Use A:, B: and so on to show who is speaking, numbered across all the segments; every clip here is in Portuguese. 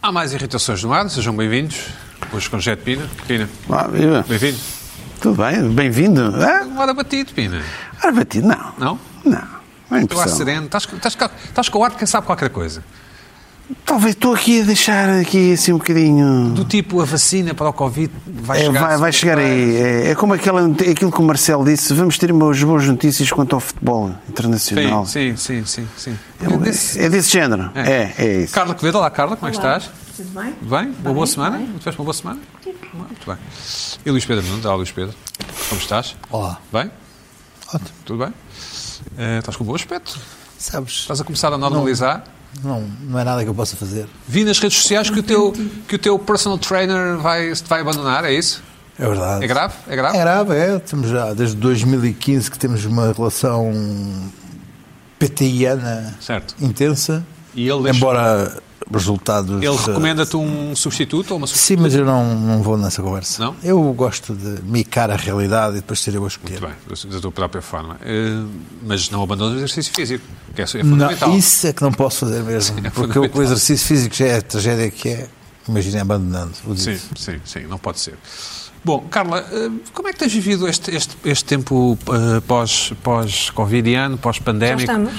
A: Há mais irritações no ar, sejam bem-vindos. Hoje com Jet Pina. Pina,
B: Ah, viva.
A: bem-vindo.
B: Tudo bem? Bem-vindo. Ah,
A: Um ar abatido, Pina.
B: ar batido, não.
A: Não?
B: Não. Não é
A: Estou ar
B: impressão.
A: sereno. Estás, estás, estás com o ar de quem sabe qualquer coisa.
B: Talvez estou aqui a deixar aqui assim um bocadinho.
A: Do tipo, a vacina para o Covid vai
B: É,
A: chegar. assim
B: vai, vai chegar aí. É, é como aquela, not- aquilo que o Marcelo disse: vamos ter umas boas notícias quanto ao futebol internacional.
A: Sim, sim, sim, sim. sim.
B: É, o- é desse género.
A: É.
B: É, é, isso.
A: Carla Quevedo, olá Carla, como é que
C: Olá,
A: estás?
C: Tudo bem?
A: Bem? Uma boa
C: Bem,
A: semana?
C: bem.
A: Tiveste uma boa semana? Muito bem. E Luís Pedro Nunes, olá Luís Pedro. Como estás?
D: Olá.
A: Bem?
D: Ótimo.
A: Tudo bem? Eh, estás com um bom aspecto?
D: Sabes,
A: Estás a começar a normalizar?
D: não, não é nada que eu possa fazer.
A: Vi nas redes sociais que o teu, que o teu personal trainer vai, te vai abandonar, é isso?
D: É verdade.
A: É grave? É grave?
D: É grave, é. Temos já desde 2015 que temos uma relação PTIana
A: Certo.
D: intensa.
A: E ele deixa-
D: Embora resultados.
A: Ele
D: eh,
A: recomenda-te um substituto ou uma substituta?
D: Sim, mas eu não, não vou nessa conversa.
A: Não?
D: Eu gosto de micar a realidade e depois ser eu a escolher.
A: Muito bem, da- da tua própria forma. Eh, mas não abandonas o exercício físico, que é, é fundamental.
D: Não, isso é que não posso fazer mesmo.
A: Sim, é
D: porque eu,
A: fundamental.
D: com o exercício físico já é a tragédia que é. Imaginem abandonando. o
A: Sim,
D: dito.
A: sim, sim, não pode ser. Bom, Carla, eh, como é que tens vivido este, este, este tempo eh, pós- pós-covidiano,
C: Já
A: pós-pandémico?
C: estamos.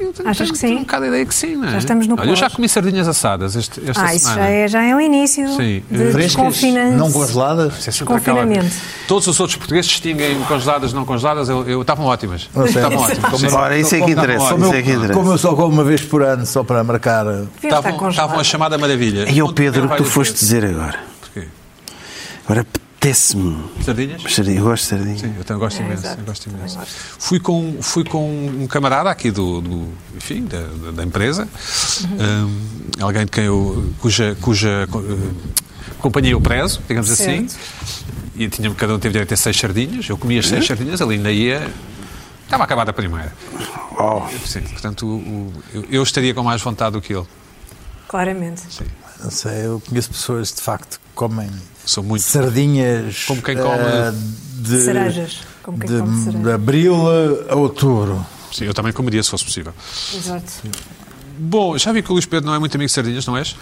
A: Eu tenho,
C: Achas
A: tenho-
C: que sim?
A: Tenho um bocado a ideia que sim, não é?
C: Já estamos no
A: Olha, eu já
C: pós.
A: comi sardinhas assadas este, esta
C: Ah, isso
A: semana.
C: já é, já é o início
A: Sim.
C: de
A: Frescas,
C: desconfinança.
D: Não congeladas?
A: Isso é sempre aquela-
C: Confinamento.
A: Todos os outros portugueses distinguem congeladas, não congeladas. Eu, eu- estavam ótimas.
D: Não sei.
A: Estavam ótimas.
D: Como-
A: Sim.
B: Ora, isso é que
A: Como-
B: interessa.
A: como-
B: Isso é que interessa.
D: Como eu só como uma vez por ano, só para marcar. eh,
C: Devia estar
A: Estavam, estavam
C: congelado.
A: a chamada maravilha.
B: E ao
A: Onde
B: Pedro, o
A: vai
B: que tu
A: o
B: foste
A: Pedro?
B: dizer agora?
A: Porquê?
B: Agora apetece-me.
A: Sardinhas?
B: Sardinha, Eu gosto de sardinha.
A: Sim, eu também gosto
C: É,
A: imenso.
C: exato.
A: eu gosto
C: Também
A: imenso.
C: gosto.
A: Fui, com, fui com um camarada aqui do, do- enfim, da, da- da empresa, hum, alguém de quem eu, cuja, cuja co- eh, companhia eu prezo, digamos assim, e tinha, cada um teve direito a seis sardinhas, eu comia as seis sardinhas, ali ainda ia. Estava acabada a primeira.
B: Uau.
A: Sim, portanto, o- o- eu, eu estaria com mais vontade do que ele.
C: Claramente.
D: Não sei, eu conheço pessoas de facto que comem
A: Sou muito.
D: sardinhas.
A: Como quem come-
D: eh, de,
C: Cerejas. Como quem
D: de,
C: come cerejas.
D: de abril a outubro.
A: Sim, eu também comeria se fosse possível.
C: Exato.
A: Bom, já vi que o Luís Pedro não é muito amigo de sardinhas, não és?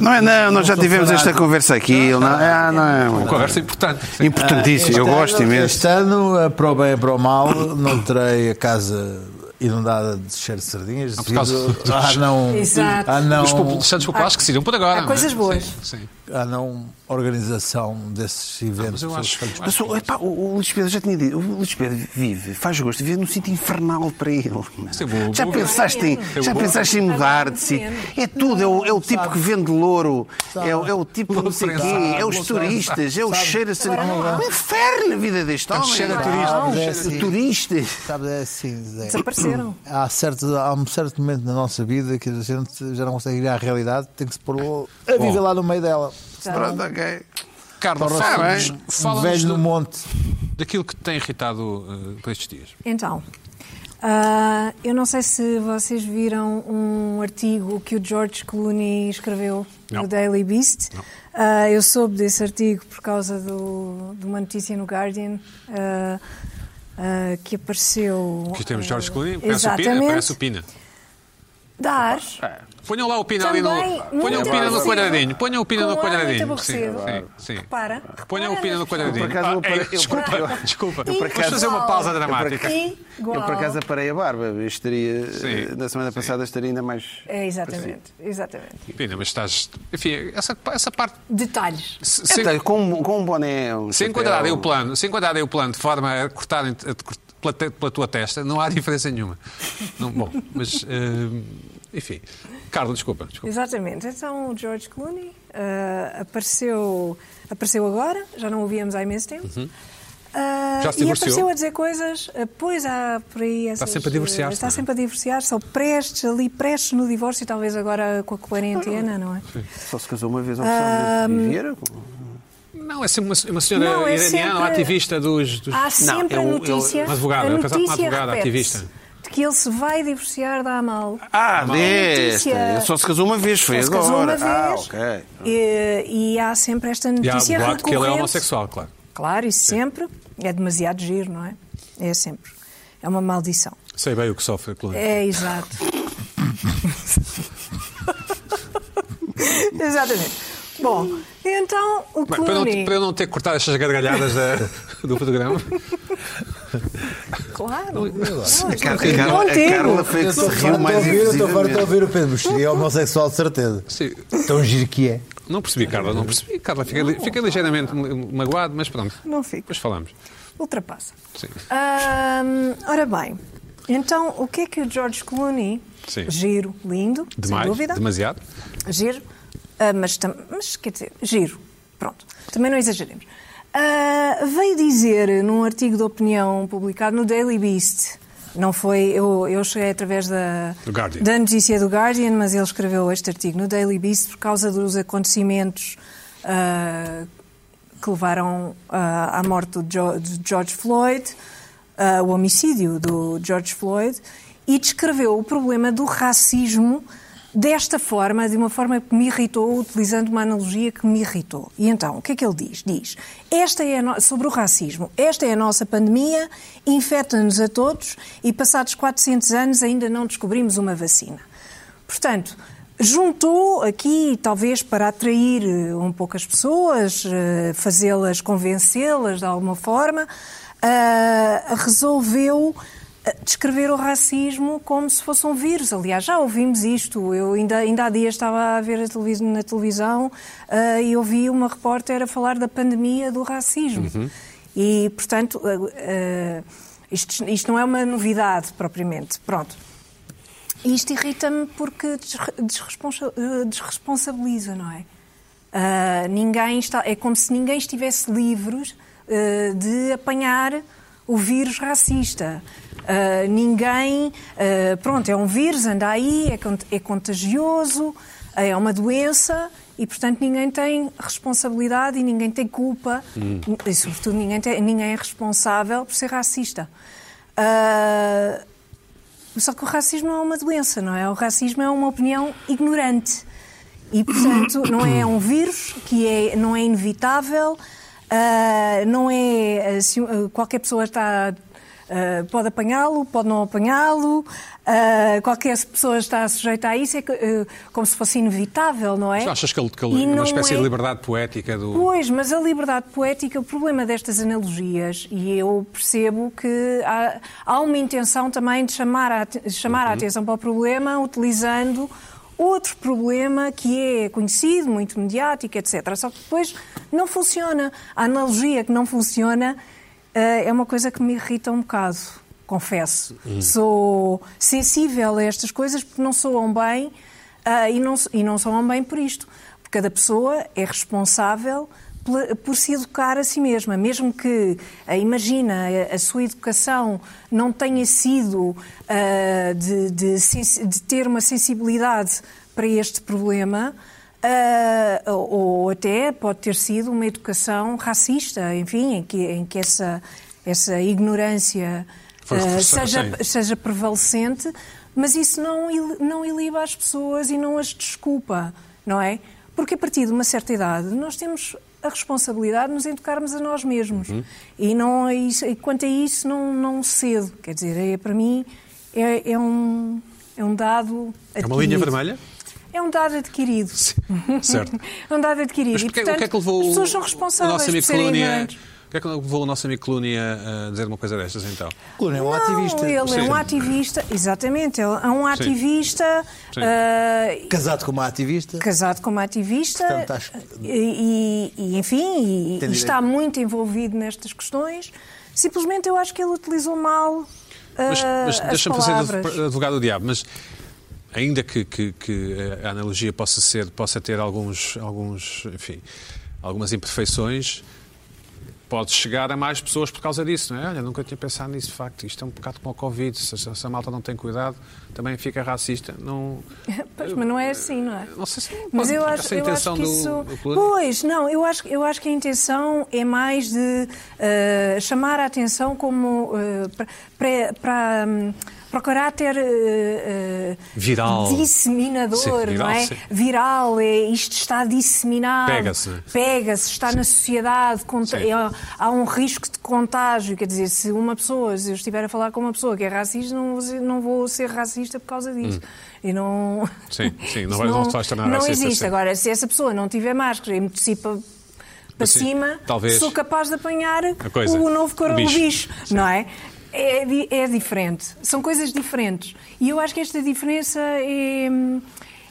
B: Não é, não, nós já
D: sou
B: tivemos
D: fanático.
B: esta conversa aqui. Ele não, ah, não
A: Uma
B: é.
A: conversa
C: Ah,
A: importante. sim.
B: Importantíssimo, eu
D: Este
B: gosto
D: ano-
B: imenso.
D: Este ano, eh, para o bem e para o mal, não terei a casa inundada de cheiro de sardinhas.
A: por causa
D: devido
A: dos-
D: à não,
C: Exato.
D: à
A: Os
D: não,
A: popul- Santos populares que se iriam por agora.
C: então, há
A: não é?
C: coisas boas.
A: Sim, sim.
D: à não organização desses
A: Ah, Mas
D: eventos.
A: eu acho, eu
B: Mas
A: acho
B: o, epá, o, o Luís Pedro já tinha dito, o Luís Pedro vive, faz gosto de viver num sítio infernal para ele.
A: é bom,
B: já
A: bom.
B: pensaste em,
A: é
B: já
A: bom.
B: pensaste em mudar de sítio? É tudo, é o, é o tipo que vende louro, é, o- é o tipo não sei
A: Sabe.
B: quê, é
D: Sabe.
B: os turistas, é o
D: Sabe.
B: cheiro a ser.
D: Agora não há.
B: Um inferno a vida deste homem.
A: cheiro a
B: não é?
A: turismo,
B: Não,
D: cheiro a
B: de
D: turismo.
B: turistas.
D: Sabe, é assim, Zé.
C: Desapareceram.
D: Há, certo, há um certo momento na nossa vida que a gente já não consegue ir à realidade, tem que se pôr o- a viver lá no meio dela.
B: Pronto, ok.
A: Carla,
D: Torna-se
A: fala-nos
D: um
A: fala-nos
D: velho
A: do-
D: no monte.
A: daquilo que te tem irritado eh, por estes dias.
C: Então, ah, eu não sei se vocês viram um artigo que o George Clooney escreveu
A: Não.
C: no Daily Beast. Ah, eu soube desse artigo por causa do- de uma notícia no Guardian. ah, ah, que apareceu.
A: Aqui temos
C: ah,
A: Jorge Clooney, parece o Pina,
C: exatamente,
A: parece o Pina.
C: Dá ar.
A: Ponham lá o Pina
C: Também
A: Ah, é. ali no. Ponham o
C: muito
A: Pina no
C: aborrecido.
A: quadradinho. Ponham o Pina
C: Com
A: no
C: ar muito
A: quadradinho. Sim,
C: aborrecido.
A: sim, sim.
C: Repara.
A: Ponham o
C: repara
A: Pina no
C: nas
A: quadradinho.
B: Eu, por acaso,
A: Ah,
B: eu
A: é,
B: parei- eu-
A: desculpa,
C: eu-
A: desculpa.
C: eu, por
A: Vamos
C: acaso-
A: fazer uma pausa dramática.
C: pessoas. Igual.
B: Eu por acaso aparei a barba, eu estaria,
A: Sim,
B: na semana
A: sim.
B: passada estaria ainda mais.
C: É, exatamente, exatamente.
A: Pina, mas estás. Enfim, essa, essa parte.
C: Detalhes.
A: Se, se-
B: Então, com, um- com um boné. Um
A: Se
B: chapéu.
A: enquadrarem o plano, se enquadrarem o plano de forma a cortarem a te- cort- pela, te- pela tua testa, não há diferença nenhuma. Não, bom, mas eh, enfim. Carlos, desculpa, desculpa.
C: Exatamente. Então o George Clooney ah, apareceu, apareceu agora, já não o víamos há imenso tempo. Ah,
A: Uhum. Já se
C: e
A: divorciou?
C: apareceu a dizer coisas, ah, pois há por aí essas, eh,
A: sempre a divorciar-se,
C: Está
A: não é?
C: sempre a divorciar, são prestes ali, prestes no divórcio, talvez agora com a
A: Ah,
C: quarentena, não é?
B: Só se casou uma vez, ao pessoal de Vieira.
A: Não, é sempre uma, uma senhora
C: Não, é
A: iraniana,
C: sempre-
A: uma ativista dos. é um, dos...
C: Há sempre
B: eu-
C: a
B: eu-
C: notícia,
A: uma advogada,
C: a
A: eu casava é um com uma
C: notícia
A: advogada
C: repete-se
A: ativista.
C: de que ele se vai divorciar da Amal.
B: Ah, desta.
C: desta. Ele
B: Só se casou uma vez, foi
C: Ele se casou uma
B: agora.
C: vez
B: Ah, ok.
C: e, e há sempre esta
A: E há
C: notícia
A: o boato que ele é
C: recorrente.
A: homossexual, claro.
C: Claro, e sempre. É demasiado giro, não é? É sempre. É uma maldição.
A: Sei bem o que sofre, Clooney.
C: É, exato. Exatamente. Bom, então o
A: Bem, para, eu não,
C: Clooney.
A: para eu não ter que cortar estas gargalhadas da- do programa,
C: Claro. Não,
B: A Car- a
C: eu
B: Carla- a
C: contigo.
B: Carla foi a que se
D: Estou
B: riu
D: farto de
B: mais
D: ouvir, eu estou farto de
B: efusivamente.
D: ouvir o Pedro Mexeria, é homossexual de certeza.
A: Sim,
D: Tão giro que é.
A: não percebi, Carla, não percebi. Carla, fiquei, li- fiquei ligeiramente ma- magoado, mas pronto,
C: Não fico.
A: depois falamos.
C: Ultrapassa.
A: Sim.
C: Ahm, ora bem, então o que é que o George Clooney,
A: Sim.
C: giro, lindo, sem
A: Demais,
C: dúvida,
A: demasiado.
C: giro, ah, mas, tam- mas quer dizer, giro, pronto, também não exageremos. Ah, veio dizer num artigo de opinião publicado no Daily Beast, não foi, eu, eu cheguei através da,
A: Do Guardian.
C: da notícia do Guardian, mas ele escreveu este artigo no Daily Beast por causa dos acontecimentos ah, que levaram ah, à morte do, Jo- de George Floyd, ah, o homicídio do George Floyd, e descreveu o problema do racismo desta forma, de uma forma que me irritou, utilizando uma analogia que me irritou. E então, o que é que ele diz? Diz, esta é a no- sobre o racismo, esta é a nossa pandemia, infecta-nos a todos e passados 400 anos ainda não descobrimos uma vacina. Portanto, juntou aqui, talvez para atrair eh, um pouco as pessoas, eh, fazê-las, convencê-las de alguma forma, ah, resolveu eh, descrever o racismo como se fosse um vírus. Aliás, já ouvimos isto. Eu ainda, ainda há dias estava a ver a televis- na televisão ah, e ouvi uma repórter a falar da pandemia do racismo. E, portanto, ah, ah, isto, isto não é uma novidade propriamente. Pronto. E Isto irrita-me porque desre- desresponsa- eh, desresponsabiliza, não é? Ah, ninguém está, é como se ninguém estivesse livre eh, de apanhar o vírus racista. Ah, ninguém. eh, pronto, é um vírus, anda aí, é, cont- é contagioso, é uma doença e, portanto, ninguém tem responsabilidade e ninguém tem culpa e, sobretudo, ninguém, tem- ninguém é responsável por ser racista. Ah, só que o racismo não é uma doença, não é? O racismo é uma opinião ignorante. E, portanto, não é um vírus que é, não é inevitável, ah, não é. ah, se, ah, qualquer pessoa está. ah, pode apanhá-lo, pode não apanhá-lo, ah, qualquer pessoa está sujeita a isso, é que, ah, como se fosse inevitável, não é?
A: Mas achas que ele, que
C: E
A: ele é uma
C: não
A: espécie
C: é-
A: de liberdade poética do.
C: Pois, mas a liberdade poética, é o problema destas analogias, e eu percebo que há, há uma intenção também de chamar a, ate- chamar a atenção para o problema utilizando outro problema que é conhecido, muito mediático, etc. Só que depois não funciona. A analogia que não funciona eh, é uma coisa que me irrita um bocado, confesso. Sou sensível a estas coisas porque não soam bem ah, e, não, e não soam bem por isto. Porque cada pessoa é responsável pela- por se educar a si mesma, mesmo que, ah, imagina, a, a sua educação não tenha sido ah, de, de sensi- de ter uma sensibilidade para este problema, ah, ou, ou até pode ter sido uma educação racista, enfim, em que, em que essa, essa ignorância
A: Foi
C: ah,
A: reforçada,
C: seja,
A: sim.
C: seja prevalecente, mas isso não, il- não iliba as pessoas e não as desculpa, não é? Porque a partir de uma certa idade nós temos a responsabilidade de nos educarmos a nós mesmos.
A: Uhum.
C: E, não, e, isso- e quanto a isso, não, não cedo. Quer dizer, é, para mim é, é um, é um dado.
A: É uma linha
C: adquirido.
A: vermelha?
C: É um dado adquirido.
A: Certo.
C: É um dado adquirido.
A: Mas
C: E,
A: porque,
C: portanto,
A: o que é que levou
C: as pessoas são
A: o
C: responsáveis
A: nosso
C: por
A: amigo
C: serem
A: Clooney a,
C: ignorantes.
A: o que é que levou o nosso amigo Clooney a, a dizer uma coisa destas então?
D: Clooney é um
C: não,
D: ativista.
C: Ele é
A: Sim.
C: um ativista, exatamente, ele é um ativista
A: Sim.
C: ah,
D: Casado com uma ativista.
C: casado como ativista
D: Portanto, acho-
C: e, e- e, enfim, e- e
D: Tem direito.
C: está muito envolvido nestas questões. Simplesmente eu acho que ele utilizou mal
A: Mas,
C: ah,
A: mas
C: as
A: deixa-me fazer
C: palavras.
A: adv- advogado do diabo, mas ainda que, que- que a analogia possa ser, possa ter alguns, alguns, enfim, algumas imperfeições, pode chegar a mais pessoas por causa disso, não é? Olha, nunca tinha pensado nisso, de facto, isto é um bocado como o Covid, se, se se a malta não tem cuidado, também fica racista, não...
C: Pois, mas não é assim, não é?
A: Não sei se
C: Mas
A: pode-
C: eu acho,
A: essa
C: eu acho
A: intenção
C: que
A: do-
C: isso.
A: do Clooney.
C: pois, não, eu acho, eu acho que a intenção é mais de eh, chamar a atenção como eh, pra- pra- pra, hum, para o caráter eh, eh,
A: Viral.
C: disseminador,
A: Sim, viral,
C: não é?
A: sim.
C: Viral, é, isto está disseminado.
A: Pega-se.
C: Pega-se, está na sociedade, conta-
A: Sim.
C: é, há um risco de contágio. Quer dizer, se uma pessoa, se eu estiver a falar com uma pessoa que é racista, não vou ser, não vou ser racista por causa disso.
A: Hum.
C: E não.
A: Sim, sim, não
C: Isso
A: vai- não se vais tornar
C: não
A: racista,
C: existe.
A: sim.
C: Agora, se essa pessoa não tiver máscara e me dissipa para
A: Sim,
C: cima,
A: talvez.
C: sou capaz de apanhar
A: coisa,
C: o novo
A: o bicho.
C: coronavírus, não é? É, di- é diferente. São coisas diferentes. E eu acho que esta diferença é,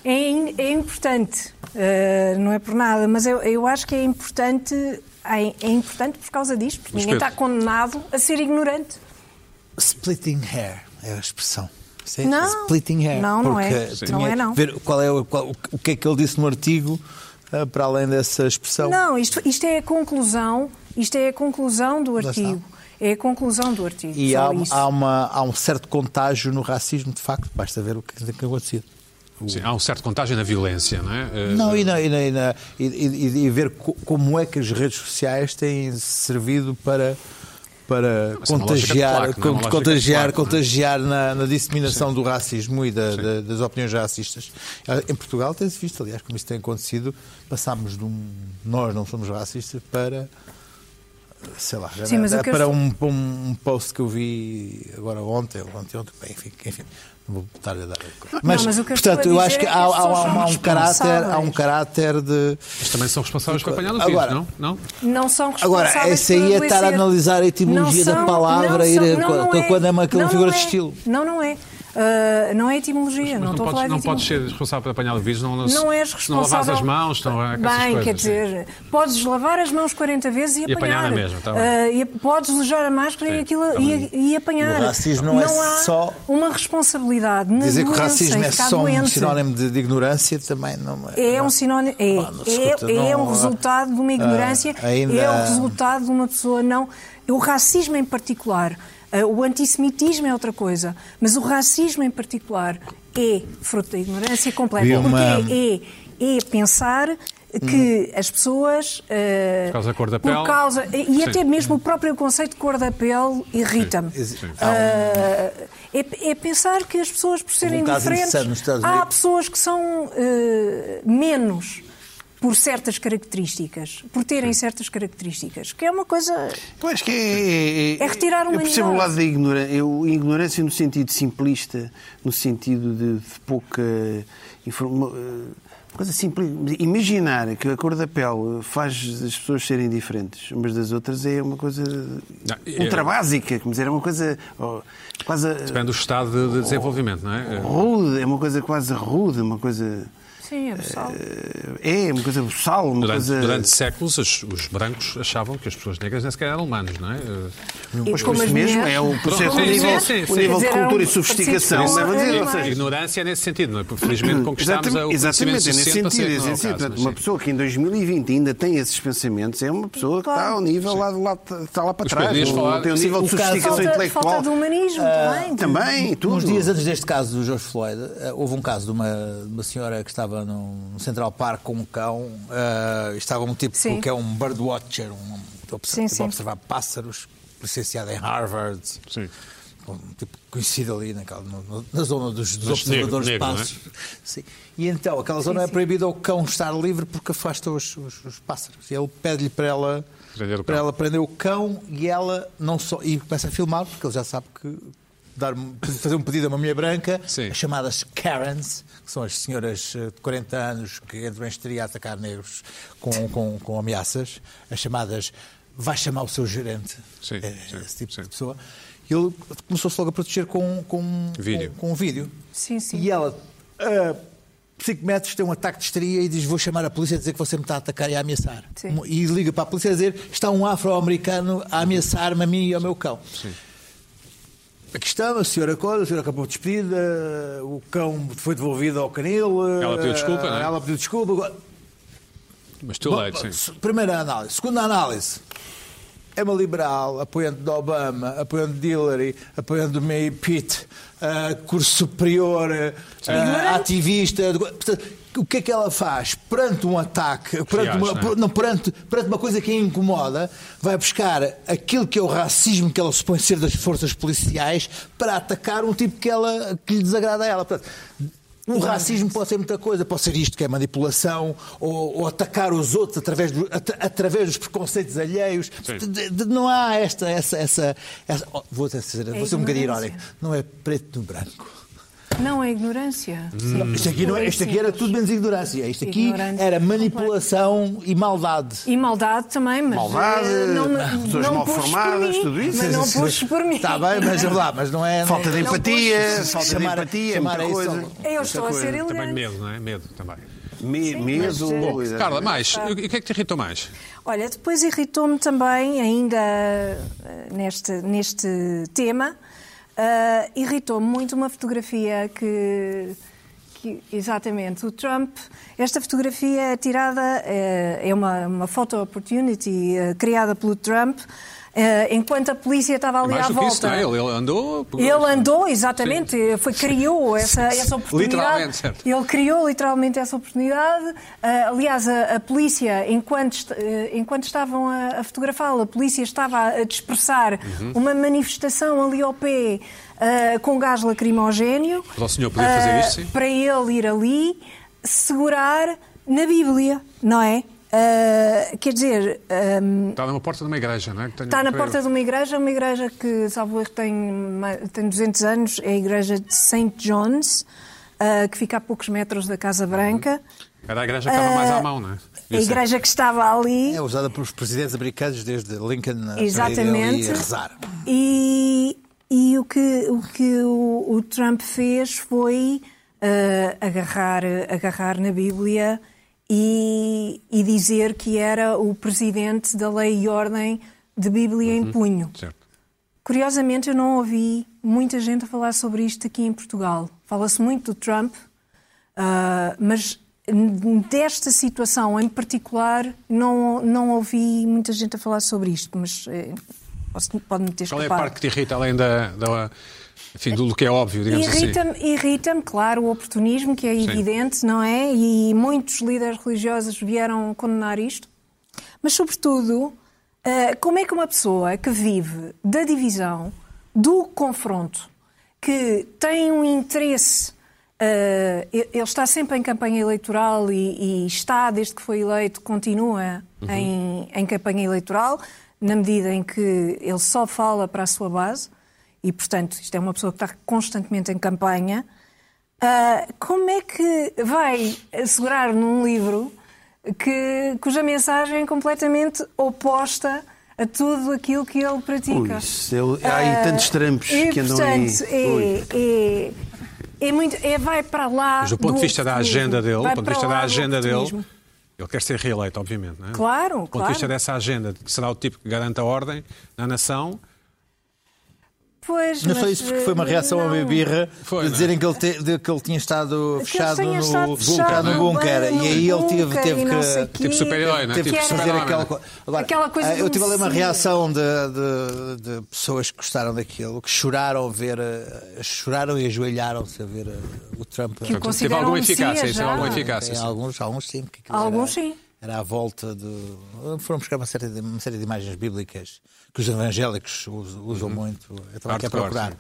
C: é in- é importante. Uh, não é por nada, mas eu, eu acho que é importante, é, é importante por causa disto, porque
A: Mas
C: ninguém
A: Pedro-
C: está condenado a ser ignorante.
D: Splitting hair é a expressão. Isso é
C: Não.
D: Splitting hair.
C: Não, não é.
D: Porque
C: Sim.
D: tinha
C: Não é,
D: que
C: não.
D: Ver qual é, o- qual- o que é que ele disse no artigo ah, para além dessa expressão.
C: Não, isto, isto é a conclusão, isto é a conclusão do
D: está.
C: artigo. É a conclusão do artigo.
D: E
C: só
D: há,
C: isso.
D: há uma- há um certo contágio no racismo, de facto. Basta ver o que tem acontecido.
A: Sim, há um certo contágio na violência, não é? Eh,
D: Não, e, na- e na- e na- e- e- e ver co- como é que as redes sociais têm servido para, para
A: mas é uma lógica de
D: contagiar,
A: placa, não é? É uma
D: con-
A: lógica de
D: contagiar,
A: placa, não é?
D: contagiar na, na disseminação do racismo e da- da- das opiniões racistas. Ah, Em Portugal tem-se visto, aliás, como isso tem acontecido, passámos de um nós não somos racistas para. Sei lá,
C: Sim, mas o que eu
D: para
C: estou-
D: um, para um post que eu vi agora ontem, ou ontem, ontem, bem, enfim, enfim, não vou estar a dar. Mas,
C: mas o que eu estou a
D: portanto, eu
C: dizer
D: acho
C: é
D: que
C: que
D: há,
C: as
D: há- há
C: pessoas
D: um- há um
C: são
D: caráter, há um
C: responsáveis.
D: caráter de.
A: Mas também são responsáveis por apanhar o vírus,
D: Agora-
A: não? Não?
C: Não são
D: Agora,
C: responsáveis
D: essa aí é
C: por
D: estar a
C: adoecer.
D: analisar a etimologia
C: Não
D: da
C: são-
D: palavra
C: não
D: e
C: são-
D: de-
C: não, não
D: quando é uma-
C: não, não
D: figura de
C: é.
D: estilo.
C: Não, não é. Ah, não é etimologia,
A: Mas
C: não,
A: não,
C: estou a falar
A: podes, não
C: de
A: podes
C: etimologia.
A: ser responsável por apanhar o vírus, não, não,
C: Não és
A: não
C: responsável.
A: lavas as mãos, então, é, não há essas
C: Bem,
A: coisas,
C: quer
A: sim.
C: dizer, podes lavar as mãos 40 vezes e,
A: E apanhar na mesma, tá bem.
C: Ah, e podes usar a máscara
A: Sim,
C: e, aquilo,
A: tá bem.
C: e, e apanhar.
D: O racismo não é
C: há
D: só-
C: uma responsabilidade na
D: Dizer que o
C: doença,
D: racismo
C: em
D: é
C: ficar
D: só um
C: doente.
D: sinónimo de, de ignorância também não
C: É
D: não-
C: um sinónimo. É,
D: Ah, não,
C: é,
D: escuta,
C: é
D: não-
C: um resultado de uma ignorância,
D: Ah, ainda-
C: é o resultado de uma pessoa não. O racismo em particular, ah, o antissemitismo é outra coisa, mas o racismo em particular é fruto da ignorância completa.
D: Vi uma-
C: Porque é, é pensar que
D: Hum.
C: as pessoas. ah,
A: Por causa da cor da
C: por
A: pele.
C: causa- e e
A: Sim.
C: até mesmo o próprio conceito de cor da pele irrita-me.
D: Sim.
C: Ah, é, é pensar que as pessoas, por serem
B: um
D: caso
C: diferentes,
D: insano nos Estados
C: há
D: Unidos.
C: pessoas que são eh, menos por certas características, por terem certas características, que é uma coisa.
B: Eu acho que é.
C: É retirar
B: Eu percebo o
C: humanidade.
B: lado da ignorância. Eu, ignorância no sentido simplista, no sentido de, de pouca. Informa, eh, coisa simples. Imaginar que a cor da pele faz as pessoas serem diferentes umas das outras é uma coisa
A: é-
B: ultra básica, como dizer, é uma coisa oh, quase.
A: Depende do estado de, de desenvolvimento, não é? Eh,
B: rude, é uma coisa quase rude, uma coisa.
C: Sim, é pessoal.
B: É, uma coisa buçal, uma
A: Durante,
B: coisa.
A: durante séculos, os, os brancos achavam que as pessoas negras nem sequer eram humanos, não é? Eh,
C: E
B: Pois por isso mesmo, é o processo,
A: Sim,
B: o nível,
A: sim, sim,
B: o nível
C: sim.
B: de
C: Quer dizer, é um
B: cultura e
C: eram
B: sofisticação
C: parecidos
B: leva a
C: com
B: dizer, ou
C: animais.
B: seja,
A: Ignorância é nesse sentido, não é? Porque felizmente conquistámos a- o conhecimento
B: Hum, exatamente, é nesse
A: suficiente para
B: sentido.
A: saber que não é
B: é
A: o caso,
B: nesse sentido. Portanto,
A: mas
B: uma
A: sim.
B: pessoa que em 2020 ainda tem esses pensamentos é uma pessoa que está ao nível lá, de- lá, está lá para
A: Mas
B: trás,
A: poderias
B: não
A: falar-
B: tem um nível de
D: o caso-
B: sofisticação
C: Falta,
B: intelectual. Ah,
C: falta de humanismo também.
B: Também, tudo.
D: Uns dias antes deste caso do George Floyd, eh, houve um caso de uma, de uma senhora que estava num- no Central Park com um cão, eh, estava um tipo
C: Sim.
D: que é um birdwatcher, um, um tipo obs-
C: Sim,
D: tipo
C: sim.
D: a observar pássaros, licenciado em Harvard,
A: Sim.
D: um tipo conhecido ali naquela, no- no- na zona dos, dos
A: Mas negro,
D: observadores de
A: negro, não é?
D: pássaros. Sim. E então, aquela zona é
C: sim.
D: proibida ao cão estar livre porque afasta os, os- os pássaros. E ele pede-lhe para ela
A: Prender o
D: para
A: cão.
D: ela prender o cão e ela não só e começa a filmar porque ele já sabe que dar fazer um pedido a uma mulher branca
A: Sim.
D: as chamadas Karens que são as senhoras eh, de 40 anos que entram em histeria a atacar negros com, com, com ameaças as chamadas vai chamar o seu gerente
A: Sim,
D: é,
A: sim,
D: esse tipo
A: sim.
D: de pessoa e ele começou-se logo a proteger com, com,
A: Vídeo.
D: com, com um vídeo
C: Sim, sim.
D: e ela, a 5 metros, tem um ataque de histeria e diz: Vou chamar a polícia a dizer que você me está a atacar e a ameaçar.
C: Sim.
D: E liga para a polícia a dizer: Está um afro-americano a ameaçar-me a mim e ao meu cão. A questão, a senhora acorda, a senhora acabou despedida, o cão foi devolvido ao canil. eh,
A: Ela pediu desculpa, não é?
D: Ela pediu desculpa. agora-
A: Mas too
D: Bom,
A: late, sim.
D: se- Primeira análise. Segunda análise. É uma liberal, apoiante de Obama, apoiante de Hillary, apoiante do May Pitt, ah, curso superior, ah, ativista. de- Portanto, o que é que ela faz perante um ataque, perante,
A: Reage,
D: uma,
A: não é?
D: não, perante, perante uma coisa que a incomoda, vai buscar aquilo que é o racismo que ela supõe ser das forças policiais para atacar um tipo que, ela, que lhe desagrada a ela. Portanto, o racismo pode ser muita coisa, pode ser isto que é manipulação, ou, ou atacar os outros através, do- at- através dos preconceitos alheios. Portanto, de- de- não há esta, essa, essa, essa- oh, vou, até ser, vou ser um
C: É
D: bocadinho
C: ignorância.
D: irónico, não é preto no branco.
C: Não é ignorância.
B: Hum.
D: Isto aqui, não é-
C: Pura e
D: isto aqui era
C: simples.
D: tudo menos ignorância. Isto aqui
C: Ignorância
D: era manipulação e maldade.
C: E maldade também, mas.
B: Maldade,
C: eh, não,
B: pessoas
C: não
B: mal
C: puxes por
B: formadas,
C: mim,
B: tudo isso.
C: Mas tá não puxes por mim.
B: Tá
D: Está bem, mas vamos lá, mas não é.
B: Falta de
D: não-
B: empatia,
D: posso
B: falta de
D: chamar-
B: empatia,
D: chamar
B: muita
D: a isso-
B: coisa.
C: Eu estou a ser
A: Também
C: elegante.
A: medo, não é? Medo também.
B: Me-
C: mas,
B: Medo.
C: eh, Bom,
B: exatamente.
A: Carla, mais. O que é que te irritou mais?
C: Olha, depois irritou-me também, ainda eh, neste, neste tema, eh, irritou-me muito uma fotografia que, que- Exatamente, o Trump. Esta fotografia é tirada, eh, é uma, uma photo opportunity eh, criada pelo Trump, eh, enquanto a polícia estava ali
A: mais
C: à
A: do que isso,
C: volta.
A: não é? Ele, ele andou.
C: Ele andou, exatamente, foi, criou essa, essa oportunidade.
A: Literalmente, certo.
C: Ele criou literalmente essa oportunidade. Ah, aliás, a, a polícia, enquanto, est- eh, enquanto estavam a, a fotografá-lo, a polícia estava a dispersar
A: Uhum.
C: uma manifestação ali ao pé ah, com gás lacrimogéneo.
A: Mas o senhor podia fazer
C: Ah,
A: isto, sim?
C: Para ele ir ali segurar na Bíblia, não é? Ah, quer dizer, ah,
A: Está numa porta de uma igreja, não é? Que tenho-
C: Está na
A: creio-
C: porta de uma igreja, uma igreja que, salvo erro, tem, ma- tem 200 anos, é a igreja de St. John's, ah, que fica a poucos metros da Casa Branca. Ah,
A: Era a igreja que Uhum. estava mais à mão, não é?
C: Eh, A igreja que estava ali.
D: É usada pelos presidentes americanos desde Lincoln a- para irem ali
C: Exatamente.
D: rezar.
C: E, e o que o, que o, o Trump fez foi eh, agarrar, agarrar na Bíblia e, e dizer que era o presidente da lei e ordem de Bíblia
A: Uhum.
C: em punho.
A: Certo.
C: Curiosamente, eu não ouvi muita gente a falar sobre isto aqui em Portugal. Fala-se muito do Trump, ah, mas n- desta situação em particular, não, não ouvi muita gente a falar sobre isto. Mas eh, posso- pode-me ter
A: Qual é
C: escapado.
A: a parte que te irrita, além da, da, enfim, do que é óbvio, digamos assim?
C: Irrita-me, irrita-me, claro, o oportunismo, que é evidente, não é? E muitos líderes religiosos vieram condenar isto. Mas, sobretudo, ah, como é que uma pessoa que vive da divisão, do confronto, que tem um interesse. ah, e- ele está sempre em campanha eleitoral e, e está, desde que foi eleito, continua em, em campanha eleitoral, na medida em que ele só fala para a sua base. E, portanto, isto é uma pessoa que está constantemente em campanha. Ah, como é que vai assegurar num livro que, cuja mensagem é completamente oposta a tudo aquilo que ele pratica?
B: Ui, isso é- há aí
C: Ah,
B: tantos trampos
C: e,
B: que andam
C: portanto,
B: aí. Ui.
C: É, é, é muito, é, vai para lá.
A: Mas do ponto de vista da
C: oportunismo.
A: agenda dele, do
C: Vai
A: ponto de
C: para
A: vista
C: lá
A: da
C: do
A: agenda
C: oportunismo.
A: dele, ele quer ser reeleito, obviamente, não é?
C: Claro,
A: Do ponto
C: claro.
A: de vista dessa agenda, que será o tipo que garante a ordem na nação,
C: Pois,
D: Não foi
C: mas,
D: isso porque foi uma
C: eh,
D: reação à
C: não.
D: minha birra
A: Foi,
D: de
A: não é?
D: dizerem que ele, te- de que ele tinha estado fechado
C: tenha
D: no,
C: estado
D: fechado
C: fechado
D: no bunker.
C: bem,
D: E aí ele
C: num
D: teve,
C: bunker
D: teve
C: e não sei
D: que.
C: quê.
A: Tipo super-herói, não é?
D: Teve
A: Tipo
D: que
C: Que era-
D: fazer
A: super-herói,
D: aquela
A: não
D: coisa. Agora,
C: Aquela coisa
D: ah,
C: do
D: eu tive ali uma
C: Messias.
D: reação de, de- de pessoas que gostaram daquilo, que choraram ver, ah, choraram e ajoelharam-se a ver ah, o Trump.
C: Que o
A: Portanto, teve
C: Consideram
A: alguma
C: um
A: eficácia,
C: Messias
A: isso teve
C: já.
A: alguma
C: Tem
A: eficácia.
D: Tem
A: sim.
D: alguns, alguns sim. porque aquilo
C: Alguns
D: era,
C: sim.
D: Era à volta de. Foram buscar uma série de, uma série de imagens bíblicas que os evangélicos usam, usam muito. Eu estava aqui a
A: Uhum. Hardcore,
D: procurar.
A: sim.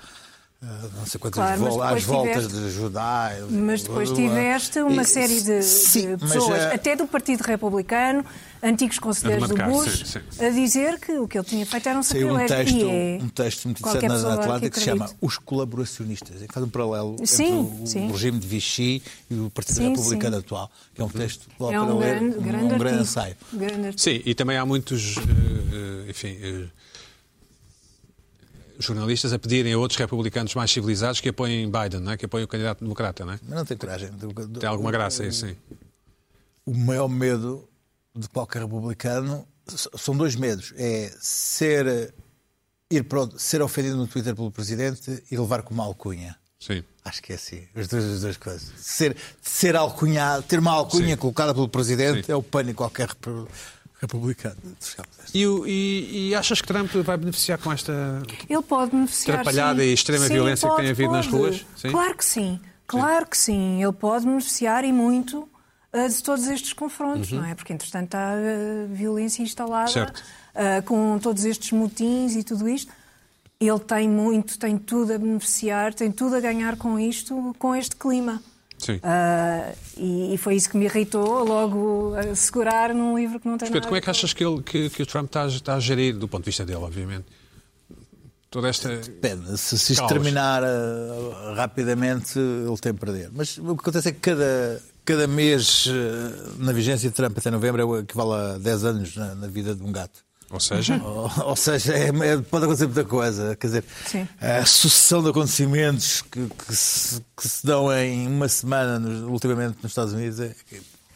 D: ah, Não sei quantas
C: Claro, mas
D: vol- às
C: depois
D: voltas
C: tiveste-
D: de Judá.
C: Mas depois
D: blá, blá, blá.
C: tiveste uma
D: E-
C: série de,
D: sim,
C: de
D: mas,
C: pessoas,
D: ah,
C: até do Partido Republicano, antigos conselheiros
A: A
C: do
A: demarcar,
C: Bush,
A: sim,
C: a dizer que o que ele tinha feito era um
D: Saiu um
C: sacrilégio.
D: texto,
C: e é
D: um texto muito
C: qualquer
D: interessante na
C: pessoa
D: Atlântica que se chama
C: acredite.
D: Os Colaboracionistas, em que faz um paralelo
C: Sim,
D: entre o,
C: sim.
D: o regime de Vichy e o Partido
C: Sim,
D: Republicano
C: sim.
D: atual, que é um texto que vale
C: É
D: para
C: um
D: ler,
C: grande,
D: um-
C: grande
D: um grande
C: artigo.
D: ensaio.
C: Grande artigo.
A: Sim, e também há muitos, eh, eh, enfim, eh, jornalistas a pedirem a outros republicanos mais civilizados que apoiem Biden, não é? que apoiem o candidato democrata, não é?
D: Mas não tem coragem. Do- do-
A: Tem alguma graça isso, sim.
D: O maior medo de qualquer republicano s- são dois medos: é ser, ir para o- ser ofendido no Twitter pelo presidente e levar com uma alcunha.
A: Sim.
D: Acho que é assim, as duas, as duas coisas. Ser, ser alcunhado, ter uma alcunha colocada pelo presidente
A: Sim.
D: é o pânico de qualquer repu- republicano.
A: E, o- e- e achas que Trump vai beneficiar com esta.
C: Ele pode beneficiar.
A: Atrapalhada
C: sim.
A: e extrema
C: Sim,
A: violência que tem havido nas ruas, sim.
C: Claro que sim, claro que sim. Ele pode beneficiar e muito uh, de todos estes confrontos, não é? Porque, entretanto, há uh, violência instalada
A: Uhum. Certo.
C: uh, com todos estes motins e tudo isto. Ele tem muito, tem tudo a beneficiar, tem tudo a ganhar com isto, com este clima.
A: Sim.
C: Ah, e, e foi isso que me irritou, logo a segurar num livro que não tem
A: Mas, Pedro,
C: nada.
A: como é que achas que, ele, que, que o Trump está, a- está a gerir, do ponto de vista dele, obviamente, toda esta.
D: Depende, se, se isto
A: Caos.
D: terminar eh, rapidamente, ele tem a perder. Mas o que acontece é que cada, cada mês eh, na vigência de Trump até novembro é o que vale a 10 anos na, na vida de um gato.
A: Ou seja,
D: Ou, ou seja, é- é- pode acontecer muita coisa. Quer dizer,
C: Sim.
D: a sucessão de acontecimentos que, que se, que se dão em uma semana, nos, ultimamente nos Estados Unidos, é,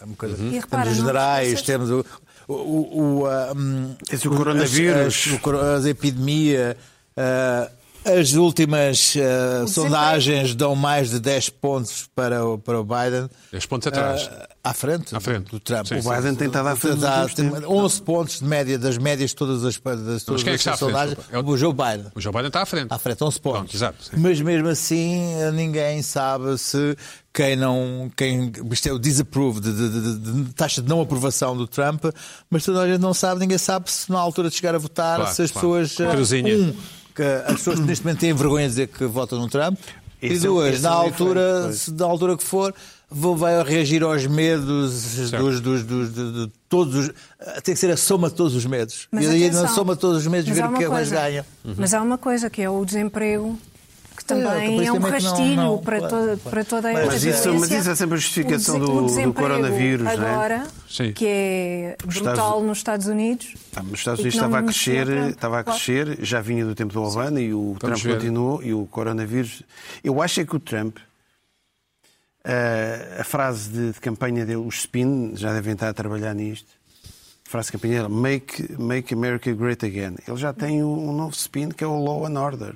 D: é uma coisa.
C: Uhum. E repara,
D: temos os
C: não
D: generais,
C: esqueças-
D: temos o. o, o, o, ah, hum,
B: Tens é o coronavírus.
D: As, as, o coro- as epidemia. ah, as últimas ah,
C: O
D: sondagens dão mais de 10 pontos para o, para o Biden.
A: 10 pontos atrás.
D: Ah, à frente,
A: À frente.
D: do Trump.
A: Sim,
D: O
A: sim.
D: Biden
B: Biden tem estado à frente. dos
D: Dá-
B: últimos
D: tem
B: tempos.
D: 11 pontos de média das médias de todas as, das, todas
A: quem é que
D: as
A: está à frente,
D: sondagens.
A: desculpa? É o-
D: o Joe Biden.
A: o Joe Biden está à frente.
D: À frente, 11 pontos.
A: Pronto, exato, sim.
D: Mas mesmo assim, ninguém sabe se quem não. Quem, isto é o disapprove, de, de- de- de- de taxa de não aprovação do Trump, mas toda a gente não sabe, ninguém sabe se na altura de chegar a votar,
A: Claro,
D: se as
A: claro.
D: pessoas. eh,
A: Cruzinha.
D: Um, que as pessoas que neste momento têm vergonha de dizer que votam no Trump.
B: Esse é
D: e
B: um-
D: duas,
B: esse
D: na
B: é um
D: altura,
B: diferente, pois.
D: se da altura que for, vou- vai reagir aos medos dos, dos, dos- de, de todos os. Tem que ser a soma de todos os medos.
C: Mas
D: e aí
C: atenção,
D: na soma de todos os medos
C: mas
D: ver
C: há
D: o
C: uma
D: que é mais
C: coisa-
D: ganha.
C: Mas há uma coisa que é o desemprego, que
D: É, que
C: também
D: depois
C: é, um
D: também que não-
C: rastilho
D: não-
C: para,
D: claro,
C: toda,
D: claro.
C: para toda
D: Mas
C: esta
D: isso-
B: mas
C: violência.
B: isso é sempre a justificação
C: O dese-
B: do-
C: o
B: do
C: desemprego
B: coronavírus, não é?
C: agora,
A: Sim.
C: que é brutal
B: Estados-
C: nos Estados Unidos.
B: Tá, mas Os Estados
C: e que
B: Unidos
C: não
B: estava a
C: beneficia
B: crescer,
C: o Trump.
B: estava a
C: Claro.
B: crescer, já vinha do tempo do Obama e o Trump
A: ver.
B: continuou e o coronavírus. Eu acho é que o Trump, ah, a frase de, de campanha dele, os spin, já devem estar a trabalhar nisto. A frase de campanha dele, make, make America Great Again. Ele já tem um um novo spin que é o Law and Order.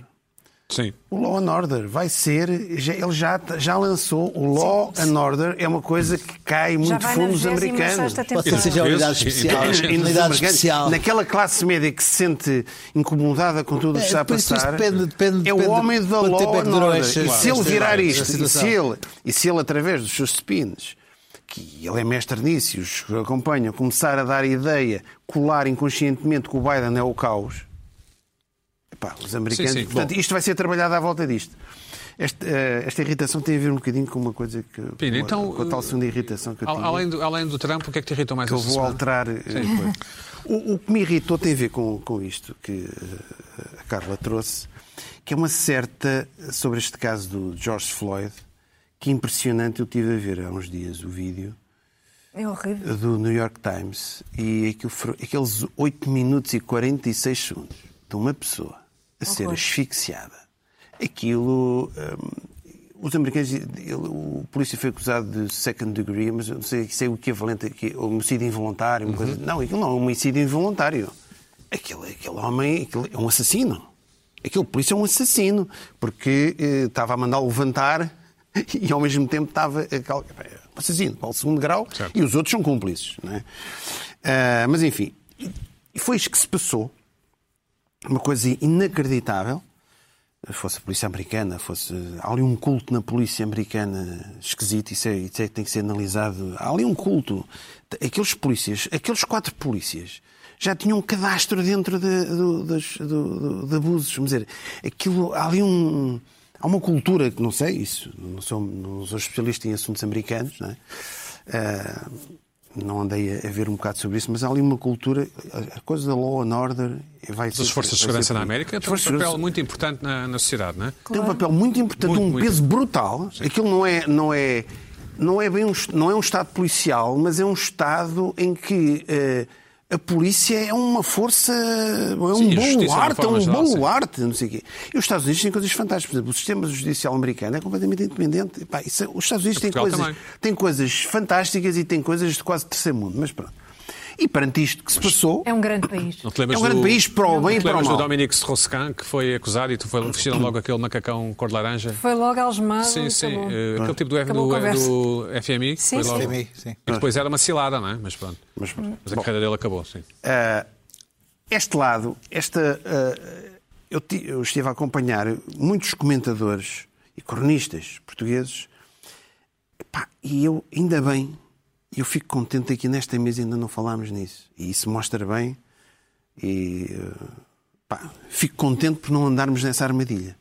A: sim.
B: O Law and Order vai ser, já- ele já, já lançou o Law and Order, é uma coisa que cai
C: Já
B: muito
C: vai
B: fundo
C: na
B: nos
C: 26ª
B: americanos.
D: Pode
C: temporada.
D: ser seja a unidade
A: Vezes,
D: especial.
A: e- e-
D: a unidade
B: Mas,
D: especial.
B: Naquela classe média que se sente incomodada com tudo o que
D: É,
B: está a
D: por isso
B: passar,
D: depende- depende-
B: é o
D: depende
B: homem da
D: quanto tempo
B: law
D: é que
B: and
D: durou
B: order.
D: esta-
B: E se ele
D: esta-
B: virar
D: esta
B: isto, e se
D: situação.
B: ele, e se ele, através dos seus spins, que ele é mestre nisso e os que o acompanham, começar a dar a ideia, colar inconscientemente que o Biden é o caos, epá, os americanos...
A: Sim, sim,
B: Portanto,
A: bom.
B: isto vai ser trabalhado à volta disto. Este, eh, esta irritação tem a ver um bocadinho com uma coisa que...
A: Pina,
B: com a-
A: então,
B: com a
D: eh,
B: tal segunda irritação que eu
A: Al-
B: tinha
A: Além do, além do Trump, o que é que te irritou mais
B: que eu
A: esta
B: vou
A: semana?
B: alterar. eh, O, o que me irritou tem a ver com, com isto que eh, a Carla trouxe, que é uma certa sobre este caso do George Floyd, que impressionante eu tive a ver há uns dias o vídeo
C: É horrível.
B: do New York Times e aquilo foram- aqueles 8 minutos e 46 segundos de uma pessoa a ser
C: Horror.
B: asfixiada. Aquilo. hum, os americanos. ele- o polícia foi acusado de second degree, mas eu não sei se é o equivalente aqui, homicídio involuntário, uma coisa. Não, aquilo não é um homicídio involuntário. Aquele, aquele homem aquele é um assassino. Aquele polícia é um assassino, porque eh, estava a mandar levantar e ao mesmo tempo estava. a cal- Um assassino, para o segundo grau,
A: Certo.
B: e os outros são cúmplices. Não é? Ah, mas enfim, e- e foi isto que se passou. Uma coisa inacreditável. Fosse a polícia americana, fosse. Há ali um culto na polícia americana esquisito, isso, é, isso é que tem que ser analisado. Há ali um culto. Aqueles polícias, aqueles quatro polícias, já tinham um cadastro dentro de, do- dos- do- do- de abusos. Vamos dizer, aquilo. Há ali um. Há uma cultura que não sei isso, não sou, não sou especialista em assuntos americanos, não é? Ah, não andei a, a ver um bocado sobre isso, mas há ali uma cultura, a, a coisa da law and order vai
A: As forças de
B: vai
A: segurança
B: por
A: na
B: aí.
A: América
B: As
A: têm um
B: forças de segurança-
A: papel muito importante na, na sociedade, não é?
B: tem um papel muito importante,
A: Muito,
B: um
A: muito.
B: peso brutal. Aquilo não é, não é, não é bem um, est- não é um estado policial, mas é um estado em que eh, a polícia é uma força, é um
A: Sim, a justiça, de uma
B: baluarte, é
A: forma
B: um
A: geral, sim.
B: baluarte, não sei o quê. E os Estados Unidos têm coisas fantásticas. Por exemplo, o sistema judicial americano é completamente independente. Epá, isso é- os Estados Unidos têm
A: Portugal
B: coisas,
A: também.
B: têm coisas fantásticas e têm coisas de quase terceiro mundo, mas pronto. E perante isto que se passou,
C: É um grande país.
A: Não te lembras
B: É um grande
A: do-
B: país para o bem e
A: não te
B: para o
A: lembras
B: mal.
A: do Dominique Strauss-Kahn, que foi acusado e tu foi, vestiram logo aquele macacão cor de laranja?
C: Foi logo
B: Ah,
C: algemado.
A: Sim,
C: e
A: sim.
C: acabou.
A: eh, Aquele tipo do, F-
C: Acabou a
A: do, do FMI.
C: Sim,
A: foi
C: sim.
A: logo.
D: FMI, sim.
A: E depois era uma cilada, não é? Mas pronto.
B: Mas pronto.
A: Mas a carreira dele acabou, sim.
B: este lado, esta, eh, eu, ti- eu estive a acompanhar muitos comentadores e cronistas portugueses Pá, e eu, ainda bem, E eu fico contente aqui nesta mesa ainda não falámos nisso. E isso mostra bem. E eh, pá, fico contente por não andarmos nessa armadilha.